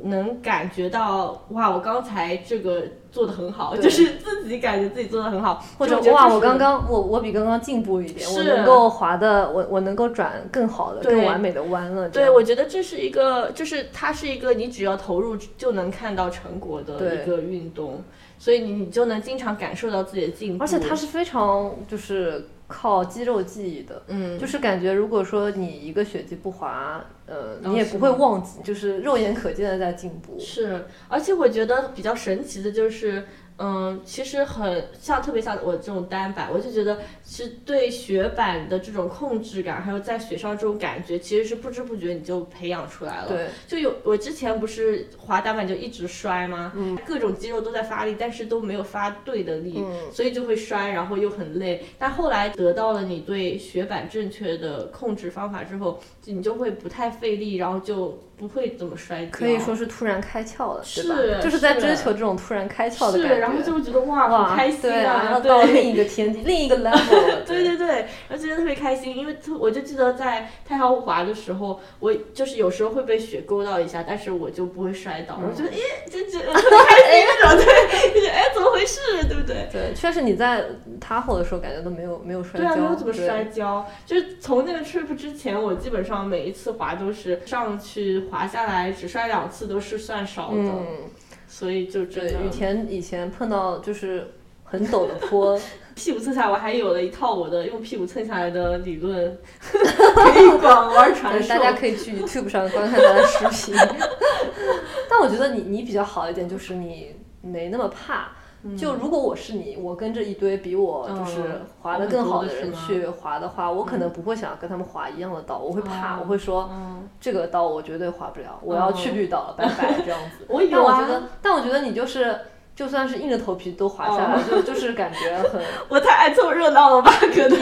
能感觉到哇，我刚才这个做的很好，
对
就是自己感觉自己做的很好，
或
就
者
觉得
哇，
这
我
是
刚刚我我比刚刚进步一点，我
是
能够滑的，我我能够转更好的、
对
更完美的弯了。这
对，
样
我觉得这是一个，就是它是一个你只要投入就能看到成果的
对
一个运动，所以你你就能经常感受到自己的进步，
而且它是非常就是靠肌肉记忆的。
嗯，
就是感觉，如果说你一个雪季不滑，呃，
哦
你也
是
不会
吗
忘记，就是肉眼可见的在进步。
是，而且我觉得比较神奇的就是，嗯，其实很像，特别像我这种单板，我就觉得是对雪板的这种控制感，还有在雪上这种感觉，其实是不知不觉你就培养出来了。，
对，
就有我之前不是滑单板就一直摔吗？嗯，各种肌肉都在发力，但是都没有发对的力，
嗯
所以就会摔，然后又很累。但后来得到了你对雪板正确的控制方法之后，就你就会不太费力，然后就不会怎么摔跤。
可以说是突然开窍了，对
是
吧？就是在
是
追求这种突然开窍的
是，
感觉。
然后就会觉得哇，
哇，
好开心
对然
啊！
后到
对
另一个天地，另一 个 level 了。
对对对，然后觉得特别开心，因为特我就记得在太行滑的时候，我就是有时候会被雪勾到一下，但是我就不会摔倒，我觉得
嗯
诶，这这特别开
哎
心那种，对，就是哎怎么回事，对不对？
对，确实你在他后的时候感觉都没有没有摔
对
跤，
啊，没有怎么
对
摔。跤，就是从那个 trip 之前，我基本上每一次滑都是上去滑下来，只摔两次都是算少的，
嗯，
所以就真
对，
的
雨田以前碰到就是很陡的坡，
屁股蹭下来，我还有了一套我的用屁股蹭下来的 理论，可以广玩传
对
授。
嗯大家可以去 YouTube 上观看他的视频。 但我觉得你你比较好一点，就是你没那么怕。就如果我是你，我跟着一堆比我就是
嗯
滑得更好的
很
人
多的是吗嗯
去滑的话，我可能不会想要跟他们滑一样的道，我会怕，
哦
我会说，
嗯，。
这个刀我绝对划不了，我要去绿岛了，拜拜这样子
我有
但我
啊
觉得，但我觉得你就是，就算是硬着头皮都滑下
哦
来，就就是感觉很，
我太爱凑热闹了吧？可能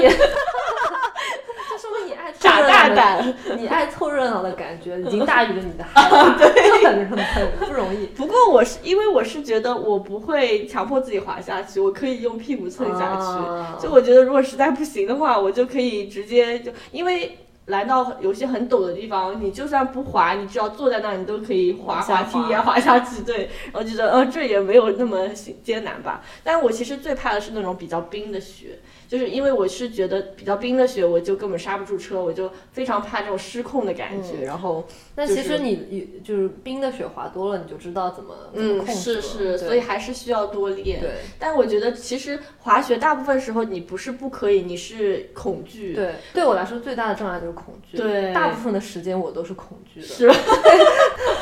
就说明你爱凑
傻
热闹
大
的，
胆。
你爱凑热闹的感 觉已经大于了你的害怕，啊对， 很很很不容易。
不过我是因为我是觉得我不会强迫自己滑下去，我可以用屁股蹭下去。
啊
就我觉得如果实在不行的话，我就可以直接就因为。来到有些很陡的地方，你就算不滑，你只要坐在那儿，你都可以滑
往下
滑
滑
梯呀滑下去。对， 然后觉得，呃，这也没有那么艰难吧。但我其实最怕的是那种比较冰的雪，就是因为我是觉得比较冰的雪，我就根本刹不住车，我就非常怕这种失控的感
嗯
觉。然后
那
就
其实
是
你你就是冰的雪滑多了，你就知道怎么怎么
嗯，
控制了。
是是，
对
所以还是需要多练。
对
但我觉得其实滑雪大部分时候你不是不可以，你是恐惧。
对，对我来说最大的障碍就是恐惧。
对
大部分的时间我都是恐惧的。
是吧？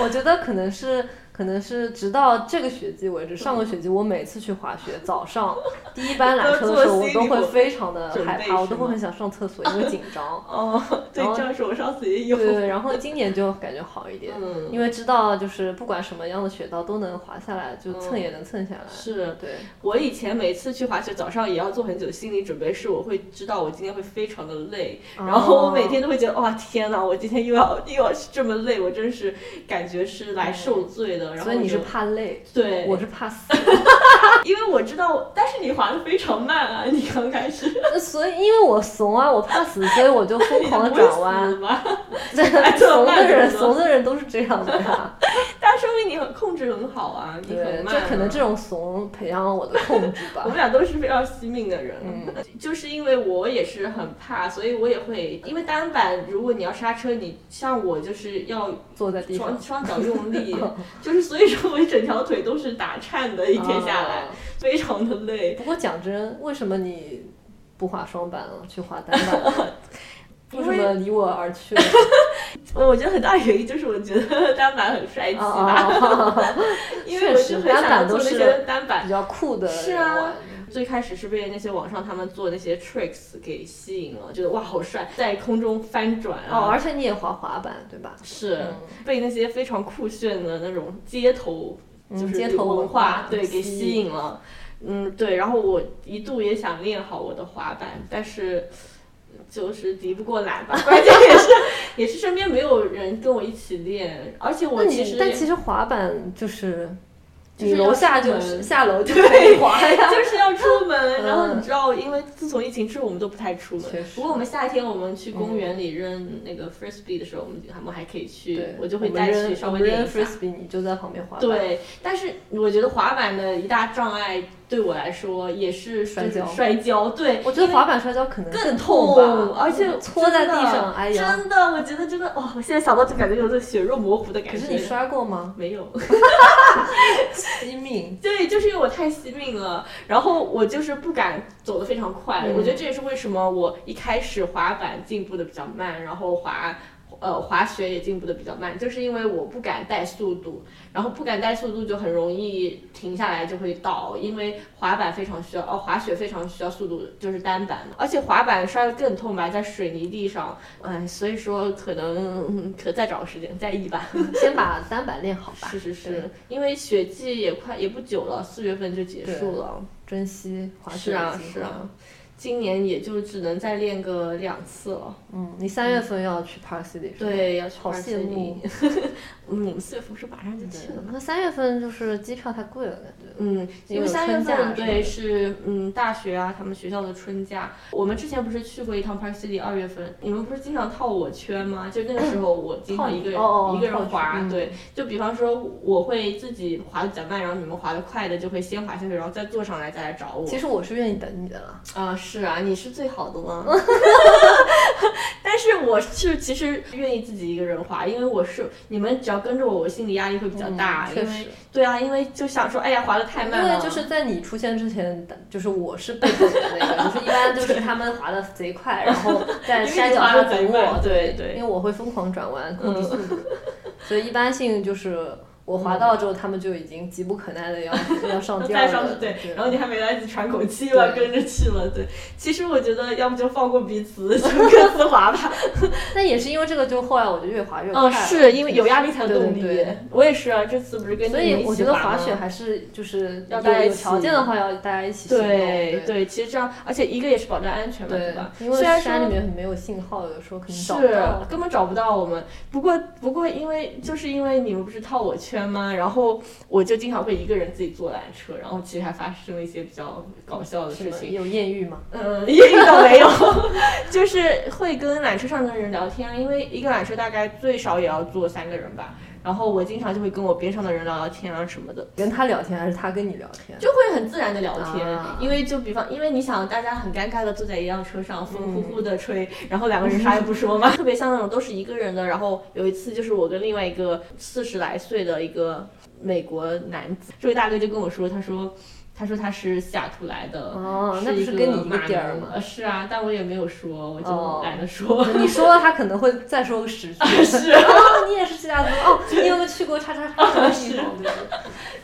我觉得可能是。可能是直到这个学期为止，上个学期我每次去滑雪，早上第一班缆车的时候，我都会非常的害
准备是吗。
怕，我都会很想上厕所，因为紧张
哦，对，
然后
这样说我上 次也有
对。对，对然后今年就感觉好一点，
嗯，
因为知道就是不管什么样的雪道都能滑下来，就蹭也能蹭下来。
嗯是
对，
我以前每次去滑雪，早上也要做很久心理准备，是我会知道我今天会非常的累，然后
哦
我每天都会觉得哇天哪，我今天又要又要这么累，我真是感觉是来受罪的。然后
所以你
我就是
怕累，
对，
我是怕死。
因为我知道，但是你滑的非常慢啊，你刚开始
那所以因为我怂啊，我怕死，所以我就疯狂啊的
你不会
转弯
死。吧？
这
还这么
怂的
慢
人，
怎么
怂的人都是这样的呀。
但说明你很控制很好啊， 你
对
很，慢、
这
啊。
可能这种怂培养了 我的控制
我
吧
们。俩都是非常惜命的人，
嗯
就是因为我也是很怕，所以我也会，因为单板如果你要刹车，你像我就是要
坐在地 上
双，双脚用力， 就是所以说我整条腿都是打颤的，一天下来、
啊
非常的累。
不过讲真，为什么你不滑双板了，去滑单板 了？
因为
为什么离我而去了？
我觉得很大原因就是我觉得单板很帅气
啊
吧，
啊，啊
因为我就很
确实单
想
板都
做那
是
些单板
比。较酷的
是
人
啊
玩，
最开始是被那些网上他们做那些 tricks 给吸引了，觉得哇好帅，在空中翻转
哦，
啊，
而且你也滑滑板对吧？
是
嗯
被那些非常酷炫的那种街头，
嗯
就是
街头
文
文化
对给
吸
吸引了。嗯，对，然后我一度也想练好我的滑板，但是就是敌不过懒吧， 关键也是也是身边没有人跟我一起练，而且我
那
其
你
实
但
也
其实滑板就是，
就是
你
要
楼下
出
就
门
是下楼就可以滑呀。
就是要出门，
嗯
然后你知道，因为自从疫情之后，我们都不太出门
确。实嗯
不过我们夏天我们去公园里扔那个 frisbee 的时候，我们我们还可以去
对，，
我就会
们
带
扔
去稍
我
微
们
练
扔
一下。
frisbee，你就在旁边滑板。
对，但是我觉得滑板的一大障碍对我来说也是
摔
就是
跤
摔跤。对，
我觉得滑板摔跤可能
更
痛
痛，
吧，
而且
搓在地
真的
上，哎呀！
真的，我觉得真的，哇！我现在想到就感觉有种血肉模糊的感
可
觉。
是你摔过吗？
没有？
惜命。
对，就是因为我太惜命了，然后我就是不敢走得非常快。
嗯
我觉得这也是为什么我一开始滑板进步的比较慢，然后滑。呃，滑雪也进步的比较慢，就是因为我不敢带速度，然后不敢带速度就很容易停下来就会倒，因为滑板非常需要，哦，滑雪非常需要速度，就是单板嘛，而且滑板摔得更痛吧，在水泥地上，哎，所以说可能嗯可再找个时间再一吧。
先把单板练好吧
是，是
对
是，因为雪季也快也不久了，四月份就结束了。
珍惜滑雪
是
的
啊
机
是
会。
啊，今年也就只能再练个两次了。
嗯，你三月份要去 Park City 是吧？
对，要去
好
玩
羡
森林
慕。
嗯，我们四月份不是马上就
对
去了吗？
那三月份就是机票太贵了，感觉。
嗯，因为
有
三月
春假
份
是吧
对是嗯大学啊，他们学校的春假。我们之前不是去过一趟 Park City，二月份，你们不是经常套我圈吗？就那个时候我经常一个人、
套你哦哦
一个人
套圈
滑，
嗯
对，就比方说我会自己滑的比较慢，然后你们滑的快的就会先滑下去，然后再坐上来再来找我。
其实我是愿意等你的啦。
啊、是啊，你是最好 的吗？但是我是其实愿意自己一个人滑，因为我是你们只要跟着我，我心理压力会比较
嗯
大，因
确
为
实，
对啊，因为就想说，哎呀，滑的太
因
慢了，
为就是在你出现之前，就是我是被动的那个，就是一般就是他们滑的贼快，然后在
因为
山
你
脚
滑
上
的贼
等
慢嗯
我，，
对
因
对
为我会疯狂转弯控制速度，所以一般性就是我滑到之后，他们就已经急不可耐 的要要上第
再
二
上去
个，
对，然后
后
你还没来得及喘口气吧，
对
跟着去了。对，其实我觉得要不就放过彼此，就各自滑吧。
但也是因为这个，就后来 我就越滑越快，
嗯，是因为有压力才有
对对
动力。
对
我也是啊，这次不是跟
所
你们
以
一
我
起
觉得
滑
滑
吗
雪还是就是
要
有
大家一
有
起
条件的话，要大家一起行动，
对
对
对，其实这样，而且一个也是保证安全嘛，对
对
吧？
因为
虽然
山
说
里面没有信号，有时候可能
是
找不到。
根本找不到我们。不过不过，因为就是因为你们不是套我圈吗？然后我就经常会一个人自己坐缆车，然后其实还发生了一些比较搞笑的
什
事
么
情。
有艳遇吗？
嗯，也遇到没有， 就是会跟缆车上的人聊天，因为一个缆车大概最少也要坐三个人吧。然后我经常就会跟我边上的人聊聊天啊什么的。
跟他聊天还是他跟你聊天？
就会很自然的聊天，
啊
因为就比方，因为你想，大家很尴尬的坐在一辆车上，
嗯
风呼呼的吹，然后两个人啥也不 说嘛，特别像那种都是一个人的。然后有一次就是我跟另外一个四十来岁的一个美国男子，这位大哥就跟我说，他说。他说他是西雅图来的，
哦，那
是
不
一
是跟你一
马
个点儿
农
吗？
呃是啊，但我也没有说，我
哦
就懒得说。
你说了，他可能会再说个十句。
是
哦，你也 是西雅图哦？你有没有去过叉叉哦叉什么地方？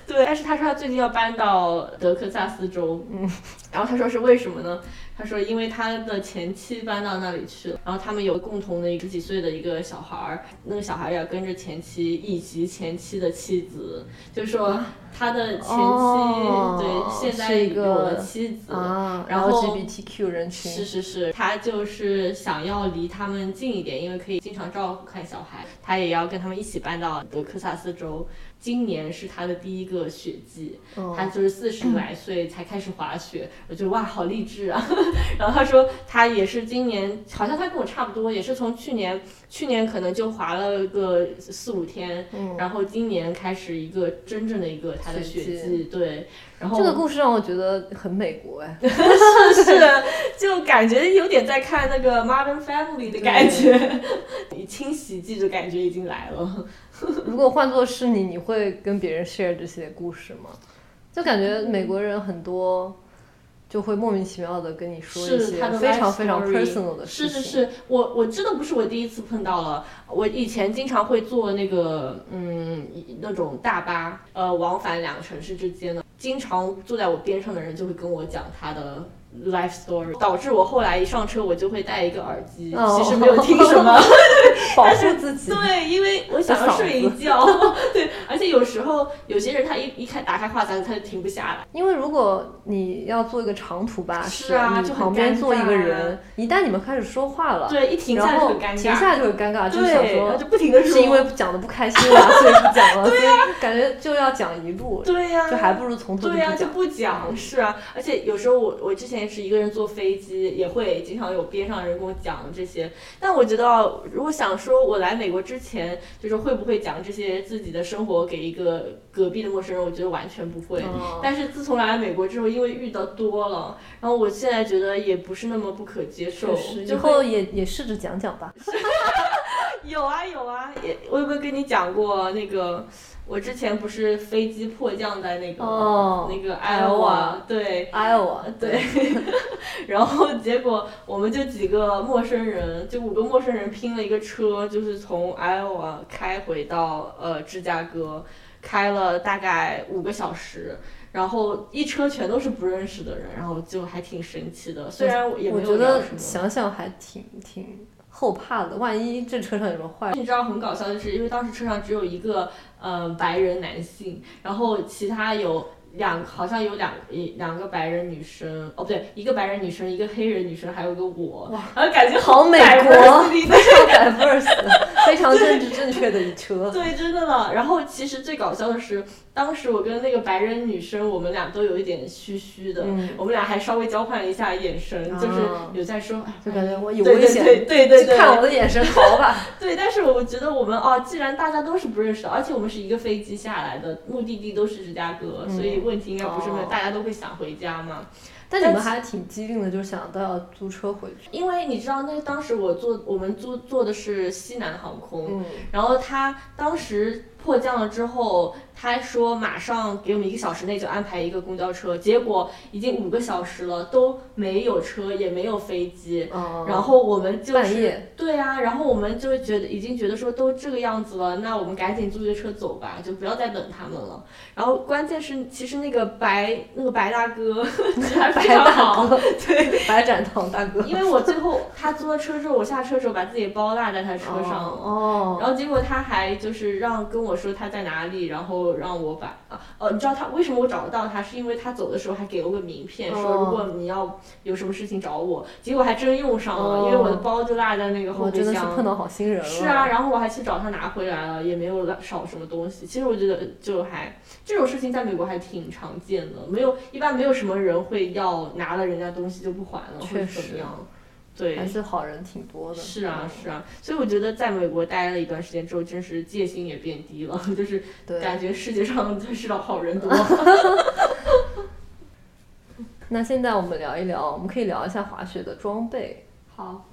对对 对
对，但是他说他最近要搬到德克萨斯州，嗯， 然后他说是为什么呢？他说因为他的前妻搬到那里去了，然后他们有共同的十几岁的一个小孩儿，那个小孩儿要跟着前妻以及前妻的妻子，就是说他的前妻、
哦
对现在
是一个
有了妻子。
啊，
然
然
后
后 LGBTQ 人
是
群，
是是，他就是想要离他们近一点，因为可以经常照顾看小孩。他也要跟他们一起搬到德克萨斯州。今年是他的第一个雪季，他
嗯，
就是四十来岁才开始滑雪，我觉得哇，好励志啊！ 然后他说他也是今年，好像他跟我差不多，也是从去年，去年可能就滑了个四五天，
嗯
然后今年开始一个真正的一个他的
雪
雪
季
季，对，然后
这个故事让我觉得很美国哎，
是就感觉有点在看那个《Modern Family》的感觉，清洗剂的感觉已经来了。
如果换作是你，你会跟别人 share 这些故事吗？就感觉美国人很多就会莫名其妙的跟你说一
是
些
他的
非
life
常非常
story
personal 的事
是
情。
是是，我我真的不是我第一次碰到了，我以前经常会坐那个嗯一那种大巴，呃往返两个城市之间的，经常坐在我边上的人就会跟我讲他的。life story 导致我后来一上车我就会戴一个耳机
哦
其实没有听什么，
保
但
护
是
自己。
对，因为我想要睡一觉， 对，而且有时候有些人他一一开打开话匣子他就停不下来，
因为如果你要坐一个长途巴士，
是啊
你
就很
旁边
尴
坐一个
尬啊
人，一旦你们开始说话了，
对，一停下来
然
就
后
很尴
停
尬，
下来就会尴尬，就是想
对，他
说
就不停的
是因为讲的不开心 了，所以不讲了，所以感觉就要讲一路，
对呀、
就还不如从头就
对啊
不
呀、
讲
就。不讲是啊，而且有时候我我之前也是一个人坐飞机，也会经常有边上人跟我讲这些。但我觉得啊，如果想说我来美国之前，就是会不会讲这些自己的生活给一个隔壁的陌生人，我觉得完全不会。
嗯
但是自从来了美国之后，因为遇到多了，然后我现在觉得也不是那么不可接受
确实，。以
就
后
会
也也试着讲讲吧。
有啊有啊，也我有没有跟你讲过那个？我之前不是飞机迫降在那个、
哦
那个
艾
艾
欧
欧
瓦
瓦，对，
Iowa，
对，然后结果我们就几个陌生人，就五个陌生人拼了一个车，就是从 Iowa 开回到呃芝加哥，开了大概五个小时，然后一车全都是不认识的人，然后就还挺神奇的。虽然也
啊我
没有
觉
聊
得
什么。
想想还挺挺后怕的，万一这车上有什么坏人，
你知道很搞笑，就是因为当时车上只有一个呃白人男性，然后其他有两好像有两一两个白人女生，哦不对，一个白人女生，一个黑人女生，还有一个我，然后感觉
好美国，
diversity
非常 diverse，非常政治正确的一车。
对，真的了。然后其实最搞笑的是，当时我跟那个白人女生，我们俩都有一点虚虚的，
嗯
我们俩还稍微交换了一下眼神，
啊
就是有在说，哎
就感觉我有
对
危
对
险，
对对对
就
对，
看我的眼神逃吧。
对，但是我觉得我们哦，既然大家都是不认识的，而且我们是一个飞机下来的，目的地都是芝加哥，所以问题应该不是没有，
哦
大家都会想回家嘛。
但你们还挺机灵的，就是想到要租车回去。
因为你知道，那当时我坐我们租坐的是西南航空，
嗯，
然后他当时迫降了之后，他说马上给我们一个小时内就安排一个公交车，结果已经五个小时了，都没有车，也没有飞机。
哦
然后我们就
半
是
夜
对啊，然后我们就觉得已经觉得说都这个样子了，那我们赶紧租一个车走吧，就不要再等他们了。然后关键是，其实那个白那个白大哥 人还
白
非常
大
好，
哥，对，白展堂大哥。
因为我最后他租了车之后，我下车的时候把自己的包落在他车上了。
哦，
然后结果他还就是让跟我说他在哪里，然后让我把啊哦，你知道他为什么我找不到他，是因为他走的时候还给了我个名片，
哦
说如果你要有什么事情找我，结果还真用上了，因为我的包就落在那个后
我哦
备
真的是
箱
碰。到好心人了。
是啊，，然后我还去找他拿回来了，也没有少什么东西。其实我觉得就还这种事情在美国还挺常见的，没有一般没有什么人会要拿了人家东西就不还了，或
确
者
实
怎么样。对，
还是好人挺多的。嗯
是啊，是啊，所以我觉得在美国待了一段时间之后，真是戒心也变低了， 就是
对。
感觉世界上真是的好人多。
那现在我们聊一聊，我们可以聊一下滑雪的装备，
好，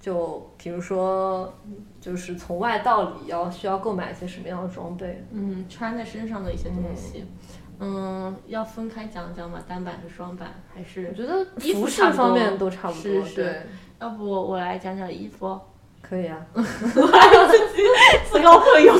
就比如说，就是从外到里要需要购买一些什么样的装备？
嗯，穿在身上的一些东西，嗯，要分开讲讲嘛，单板和双板还是
我？觉得
衣服
服饰
差不
方
多
面都差不
是
多，
是
对，
要不我来讲讲衣服，
可以啊。
自告奋勇。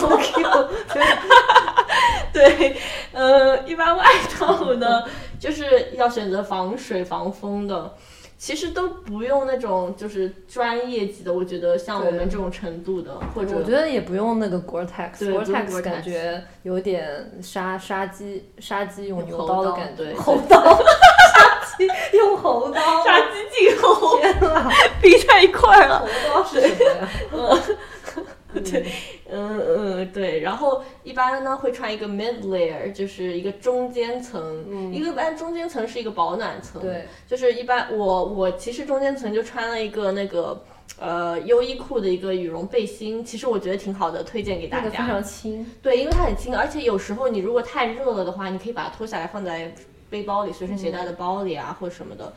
对，呃，一般外套呢，就是要选择防水、防风的。其实都不用那种就是专业级的，我觉得像我们这种程度的，或者
我觉得也不用那个 Gore-Tex，
对不用
Gore-Tex
Gore-Tex
感觉有点杀杀鸡杀鸡用
用
牛
猴
刀的
刀
感觉，
对
猴刀杀鸡用猴刀，
杀鸡儆 猴
天呐，
逼在一块儿了。
猴 刀是什么呀？
嗯嗯，对，然后一般呢会穿一个 mid layer，就是一个中间层，一个一般中间层是一个保暖层，
嗯对，
就是一般我我其实中间层就穿了一个那个呃优衣库的一个羽绒背心，其实我觉得挺好的，推荐给
那
大
个非
家。
常轻，
对，因为它很轻，而且有时候你如果太热了的话，你可以把它脱下来放在背包里，随身携带的
嗯
包里啊，或者什么的。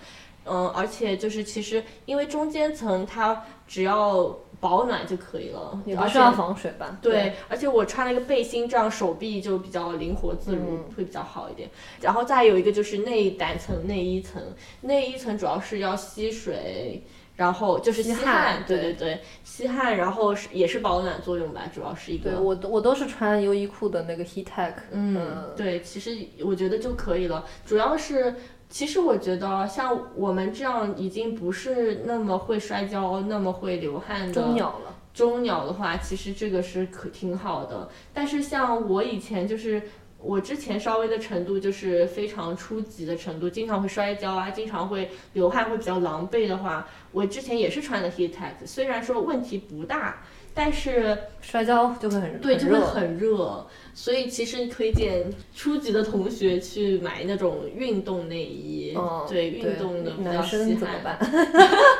嗯，而且就是其实因为中间层它只要保暖就可以了，
也不
而
需
且
要防水吧？
对，而且我穿了一个背心，这样手臂就比较灵活自如，
嗯
会比较好一点。然后再有一个就是内胆层、内衣层，内衣层主要是要吸水，然后就是
吸
吸
汗
对
对
对，吸汗，然后是也是保暖作用吧，主要是一
对，
个。
我都我都是穿优衣库的那个 Heattech，呃
嗯，对，其实我觉得就可以了，主要是。其实我觉得，像我们这样已经不是那么会摔跤、那么会流汗的
中鸟了，
中鸟的话，其实这个是可挺好的。但是像我以前就是我之前稍微的程度就是非常初级的程度，经常会摔跤啊，经常会流汗，会比较狼狈的话，我之前也是穿的 Heattech，虽然说问题不大，但是
摔跤就会很
对就
很
会
热，
很热，所以其实推荐初级的同学去买那种运动内衣，
嗯，
对
对
运动的比较
男
吸
生怎
汗
么，办？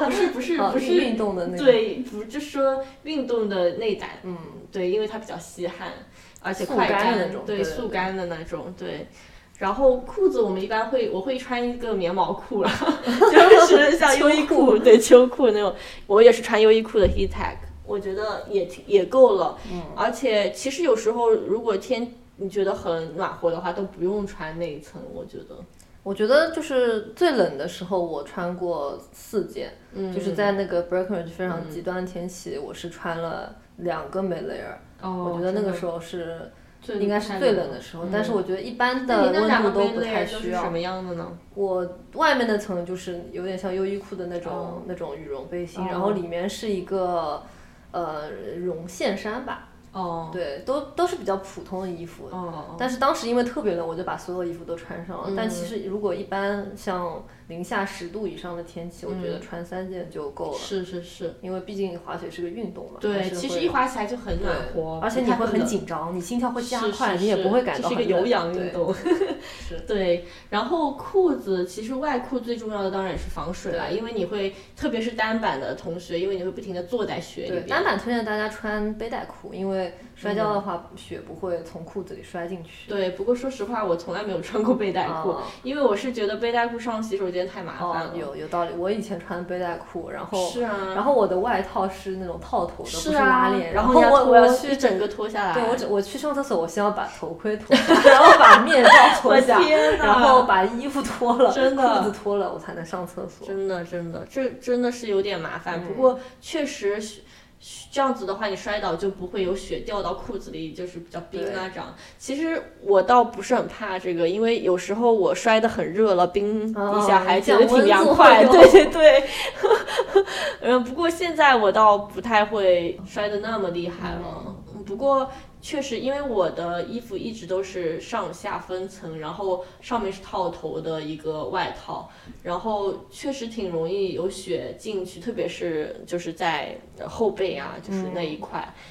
不是不是
哦
不是
运动的那个，
对，不就说运动的内胆，
嗯，
对，因为它比较吸汗，而且
速
快
干
干
的那种
对，
对
速干的那种，对。然后裤子我们一般会，我会穿一个棉毛裤啦， 就是 像优衣库对秋裤那种，我也是穿优衣库的 Heattech，我觉得也挺也够了。嗯，而且其实有时候如果天你觉得很暖和的话，都不用穿内层，我觉得。
我觉得就是最冷的时候，我穿过四件，
嗯
就是在那个 Breckenridge 非常极端的天气，我是穿了两个 Mid layer，、
哦
我觉得那个时
候
候是
最
应该是最冷的时候，
嗯
但是我觉得一般
那
的
你那
温
两
度
个
都
main
不
layer
太
都
需
是什
要。
么样的呢？
我外面那层就是有点像优衣库的那种、
哦
那种羽绒背心，
哦
然后里面是一个呃绒线衫吧，
哦
对，都都是比较普通的衣服，
哦哦，
但是当时因为特别冷，我就把所有衣服都穿上了。
嗯
但其实如果一般像零下十度以上的天气，我觉
嗯
得穿三件就够了，
哦是是是。
因为毕竟滑雪是个运动嘛。还
对，
是
其
会
实一滑起来就很暖
对
和，
而且你会很紧张，你心跳会
不太
加
冷，
快，
是是
你也不会感到
这
很
是一个有氧运
动。
动。
是
对，然后裤子其实外裤最重要的当然也是防水了，因为你会特别是单板的同学，因为你会不停的坐在雪
对
里
对，
边。
单板推荐大家穿背带裤，因为摔跤的话，雪不会从裤子里摔进去。
对，不过说实话，我从来没有穿过背带裤，
哦
因为我是觉得背带裤上洗手间太麻烦
哦
了。，
有有道理。我以前穿背带裤，然后
是啊，
然后我的外套是那种套头的，不
是
拉
啊，
链。
然
后
你
我
脱
我要去
一整个脱下来。
对我只我去上厕所，我先要把头盔脱下， 然后把面罩脱
我
下，
天哪！
然后把衣服脱了，
真的
裤子脱了，我才能上厕所。
真的，真的，这真的是有点麻烦。不
嗯
过确实是，是这样子的话，你摔倒就不会有血掉到裤子里，就是比较冰啊这样。其实我倒不是很怕这个，因为有时候我摔得很热了，冰
哦
一下还
你
觉
讲
得
温度
挺凉快。
哟
对对对。嗯，不过现在我倒不太会摔得那么厉害了。
嗯
嗯不过确实，因为我的衣服一直都是上下分层，然后上面是套头的一个外套，然后确实挺容易有血进去，特别是就是在后背啊，就是那一块。
嗯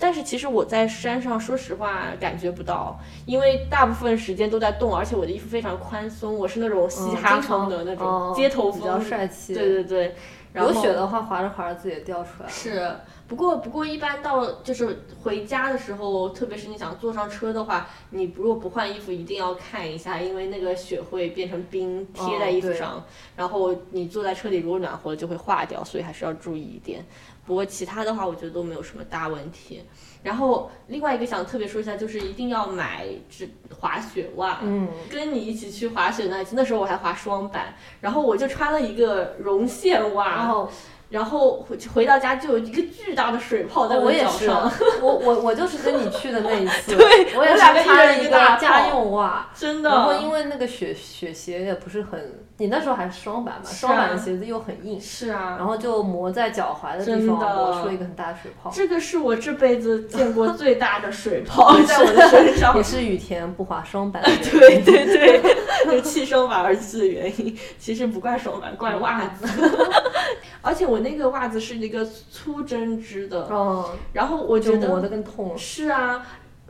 但是其实我在山上，说实话感觉不到，因为大部分时间都在动，而且我的衣服非常宽松，我是那种嘻
嗯
哈
经常
风的那种
哦
街头
比较
风，
帅气。
对对对。然
有
后
雪的话，滑着滑着自己也掉出来了。
是，不过不过一般到就是回家的时候，特别是你想坐上车的话，你如果不换衣服，一定要看一下，因为那个雪会变成冰贴在衣服上，然后你坐在车里如果暖和了就会化掉，所以还是要注意一点。不过其他的话，我觉得都没有什么大问题。然后另外一个想特别说一下，就是一定要买只滑雪袜。
嗯，
跟你一起去滑雪那一次，那时候我还滑双板，然后我就穿了一个绒线袜，
后
然后回回到家就有一个巨大的水泡在
我也
脚
是
上，，
我我我就是跟你去的那一次，
对
我也是
我俩被
穿
一人
了
一
一
个
个
大
家
炮
用袜，
真
然后
的。
因为那个雪雪鞋也不是很，你那时候还是双板嘛，
是啊
双板的鞋子又很硬，
是啊，
然后就磨在脚踝的地
真
方，
的
磨出了一个很大的水泡。
这个是我这辈子见过最大的水 泡哦在我的身上
也。是雨田不滑双板的 原因，
对对对，就弃双板而去的原因，其实不怪双板，怪袜 子。而且我那个袜子是一个粗针织的，
嗯，
然后我
就
觉得
磨得更痛了。
是啊，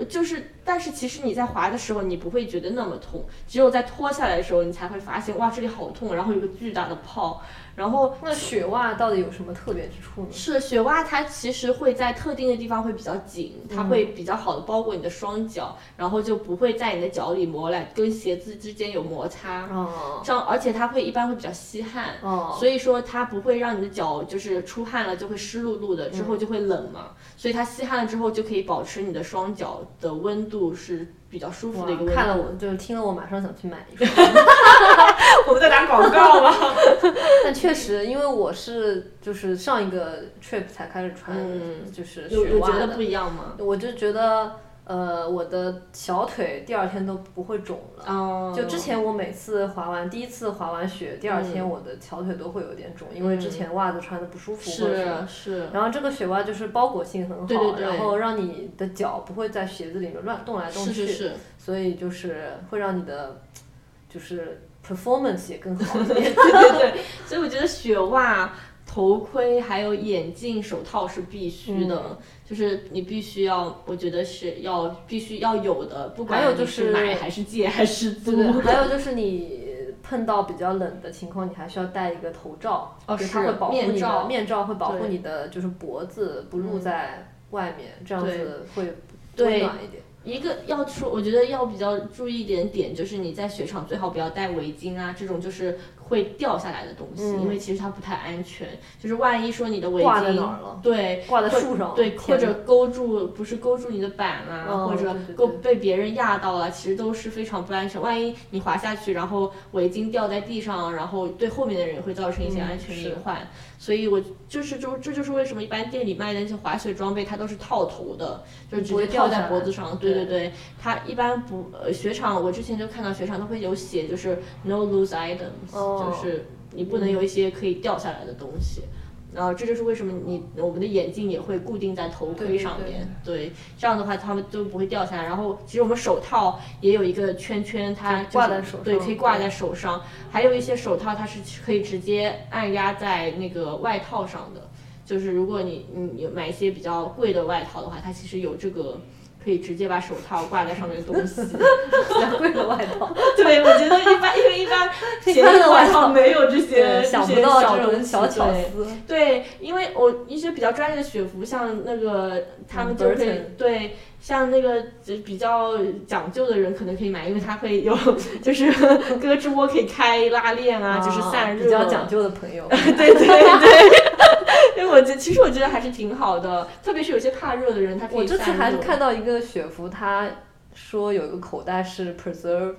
就是，但是其实你在滑的时候，你不会觉得那么痛，只有在脱下来的时候，你才会发现哇，这里好痛，然后有个巨大的泡，然后。
那雪袜到底有什么特别之处呢？
是雪袜，它其实会在特定的地方会比较紧，它会比较好的包裹你的双脚，然后就不会在你的脚里磨来，跟鞋子之间有摩擦。
哦
这样，而且它会一般会比较吸汗，
哦，
所以说它不会让你的脚就是出汗了就会湿漉漉的，之后就会冷嘛，所以它吸汗了之后就可以保持你的双脚的温度是比较舒服的一个温
哇
度。
看了我就是听了我马上想去买一 双。
我们在打广告吗？
但确实，因为我是就是上一个 trip 才开始穿，
嗯
就是
有
雪
有
袜
觉得
的，
不一样吗？
我就觉得呃，我的小腿第二天都不会肿了。
哦
就之前我每次滑完，第一次滑完雪，第二天我的小腿都会有点肿，因为之前袜子穿的不舒服或者什么。
是是，
然后这个雪袜就是包裹性很好，
对对对
然后让你的脚不会在鞋子里面乱动来动去，
是是是，
所以就是会让你的就是 performance 也更好一点。
对对对，所以我觉得雪袜、头盔还有眼镜、手套 是必须的，
嗯
就是你必须要，我觉得是要必须要有的，不管
还有
你
就是是
买还是借还是租。
对，还有就是你碰到比较冷的情况，你还需要戴一个头罩，
哦
就是
是
它会保护你的
面罩
会保护
对嗯
你的就是脖子不露在外面，这样子会温
对
暖一点。
一个要说，我觉得要比较注意一点点，就是你在雪场最好不要戴围巾啊，这种就是会掉下来的东西，
嗯
因为其实它不太安全。就是万一说你的围
挂在哪
巾
儿了？
对
挂在树上了，
对，或
天
者勾住不是勾住你的板啊，
哦
或者
对对
勾
对
被别人压到了，其实都是非常不安全。万一你滑下去，然后围巾掉在地上，然后对后面的人会造成一些
嗯
安全
是
隐患。所以我就是就这就是为什么一般店里卖的那些滑雪装备，它都是套头的，就是
嗯
直
不会
接
掉
套
下
在脖
来
子上。对
对
对，它一般不呃雪场，我之前就看到雪场都会有写，就是 no loose items，、
哦
就是你不能有一些可以掉下来的东西。然后这就是为什么你我们的眼镜也会固定在头盔上面，对这样的话它们就不会掉下来。然后其实我们手套也有一个圈圈，它、就是、
挂在手上
对，可以挂在手上。还有一些手套它是可以直接按压在那个外套上的，就是如果你你有买一些比较贵的外套的话，它其实有这个。可以直接把手套挂在上面的东 西，
比哦贵的外套，
对我觉得一般，因为 一般
一般的外套
没有这些
对，想
这
不
些
到这
东
种
西
小巧
对
思。
对，因为我一些比较专业的雪服，像那个他们
嗯
就会、
Burton
对，像那个就比较讲究的人可能可以买，因为它会有就是 胳肢窝可以开拉链啊，就是散热，
哦比较讲究的朋 友，
对对对。 因为我觉得其实我觉得还是挺好的，特别是有些怕热的人，他可
我
以
这
散热。
次还是看到一个雪服，它说有一个口袋是 preserve。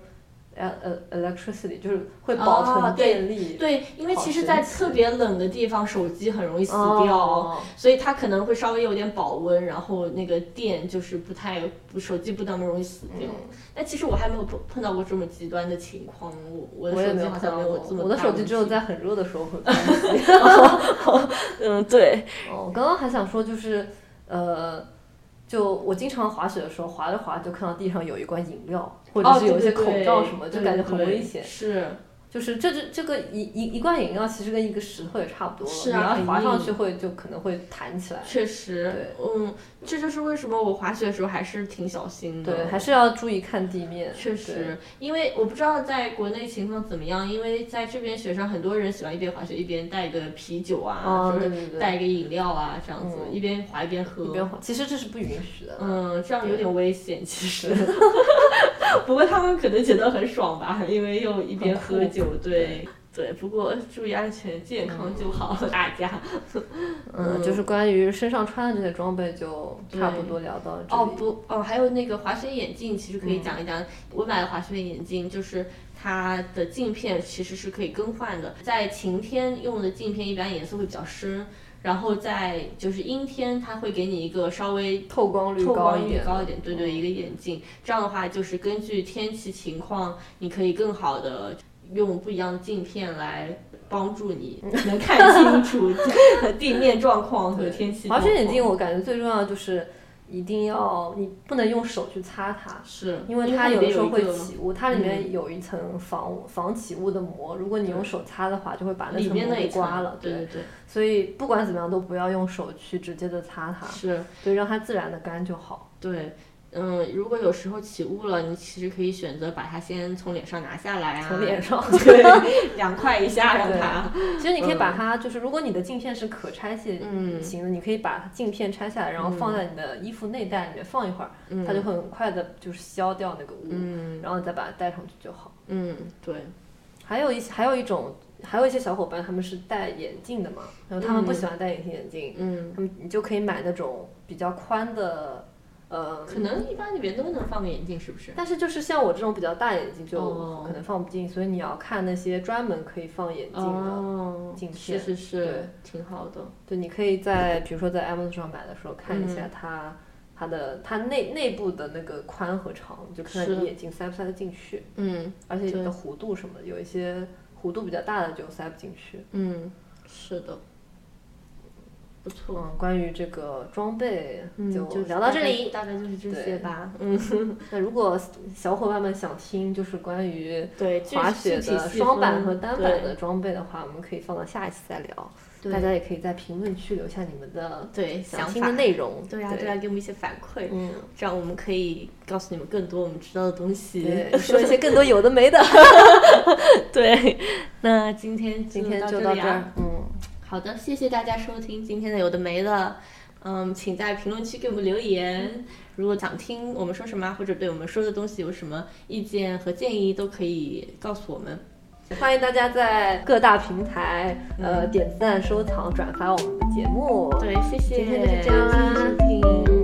呃呃，electricity 就是会保
啊
存
对
电力，
对，因为
好
其实，
神
在
奇
特别冷的地方，手机很容易死
哦
掉。所以它可能会稍微有点保温，然后那个电就是不太，不手机不那么容易死
嗯
掉。但其实我还没有碰碰到过这么极端的情况，我我
我
的
也
手
没
机
有
好
看到
像没有
过
这么大问题。
我的手机只有在很热的时候 会关机。
嗯对，
哦，我刚刚还想说就是，呃，就我经常滑雪的时候，滑着滑着就看到地上有一罐饮料，或者
哦
是有一
对
些
对
口
对
罩什么，
对
就感觉
对
很
对
危险。
是，
就是这这这个一一一罐饮料其实跟一个石头也差不多了，
是啊
你要滑
很硬
上去会就可能会弹起来。
确实，嗯，这就是为什么我滑雪的时候还是挺小心的。
对，还是要注意看地面。
确实，因为我不知道在国内情况怎么样，因为在这边雪上，很多人喜欢一边滑雪一边带个啤酒啊，
哦
就
对
是
对对
带一个饮料啊，这样子、
嗯
一边滑一边喝。
对，一边滑，其实这是不允许的。
嗯，这样有点危险，其 实。不过他们可能觉得很爽吧，因为又一边喝酒，对对。不过注意安全健康就好，大家。
嗯，就是关于身上穿的这些装备，就差不多聊到这里。
哦不哦，还有那个滑雪眼镜，其实可以讲一讲。我买了滑雪眼镜，就是它的镜片其实是可以更换的。在晴天用的镜片一般颜色会比较深，然后在就是阴天，它会给你一个稍微
透光率
透
高
光
一
率
点，嗯
高一点，对对，一个眼镜。这样的话，就是根据天气情况，你可以更好的用不一样的镜片来帮助 你能看清楚地面状况和天气状
滑
况。
雪眼镜我感觉最重要的就是一定要你不能用手去擦它，
是
因为
它
它有
里
的
面
时候
一
会
个嗯
起雾，它里面有一层防防起雾的膜，如果你用手擦的话，就会把那
里
层
面
膜
那一
给
层
刮了。
对对对，
所以不管怎么样都不要用手去直接的擦它，
是
对，让它自然的干就好。
对。嗯，如果有时候起雾了，你其实可以选择把它先从脸上拿下来啊，，
从脸上
对，凉快一下让
对
它，
其实你可以把它，就是如果你的镜片是可拆卸
嗯
型的，你可以把镜片拆下来，然后放在你的衣服内袋里面放一会儿，它就很快的就是消掉那个雾，
嗯
然后你再把它戴上去就好。
嗯，对，
还有一些，还有一种，还有一些小伙伴他们是戴眼镜的嘛，然后他们不喜欢戴隐形眼镜，
嗯，
他们你就可以买那种比较宽的，呃，
可能一般里面都能放个眼镜，是不是？
但是就是像我这种比较大眼睛就
哦
可能放不进，所以你要看那些专门可以放眼镜的。
哦
镜
是
片
是是
对，
挺好的。
对，你可以在比如说在 Amazon 上买的时候看一
嗯
下它、它的它内内部的那个宽和长，就看看
是
你眼睛塞不塞得进去，
嗯
而且你
对
的弧度什么的，有一些弧度比较大的就塞不进去。
嗯，是的，不错。
嗯，关于这个装备就
嗯就
聊到这里。
大概，大概就是这些
对
吧。嗯
那如果小伙伴们想听就是关于
对，
滑雪的双板和单板的
的，
装备的话，我们可以放到下一次再聊。
对
大家也可以在评论区留下你们的
对
想
想
听的
法。
内容。
对呀、对呀、啊给我们一些反馈，
嗯，
这样我们可以告诉你们更多我们知道的东西。
对，说一些更多有的没的。
对，那今天
今天就
到
到
里
这
啊
儿。，嗯，
好的，谢谢大家收听今天的有的没的。嗯，请在评论区给我们留言。如果想听我们说什么啊，或者对我们说的东西有什么意见和建议，都可以告诉我们。
欢迎大家在各大平台呃点赞、收藏、转发我们的节目。
嗯对，谢谢，
今天就是这样啦嗯
谢谢收听。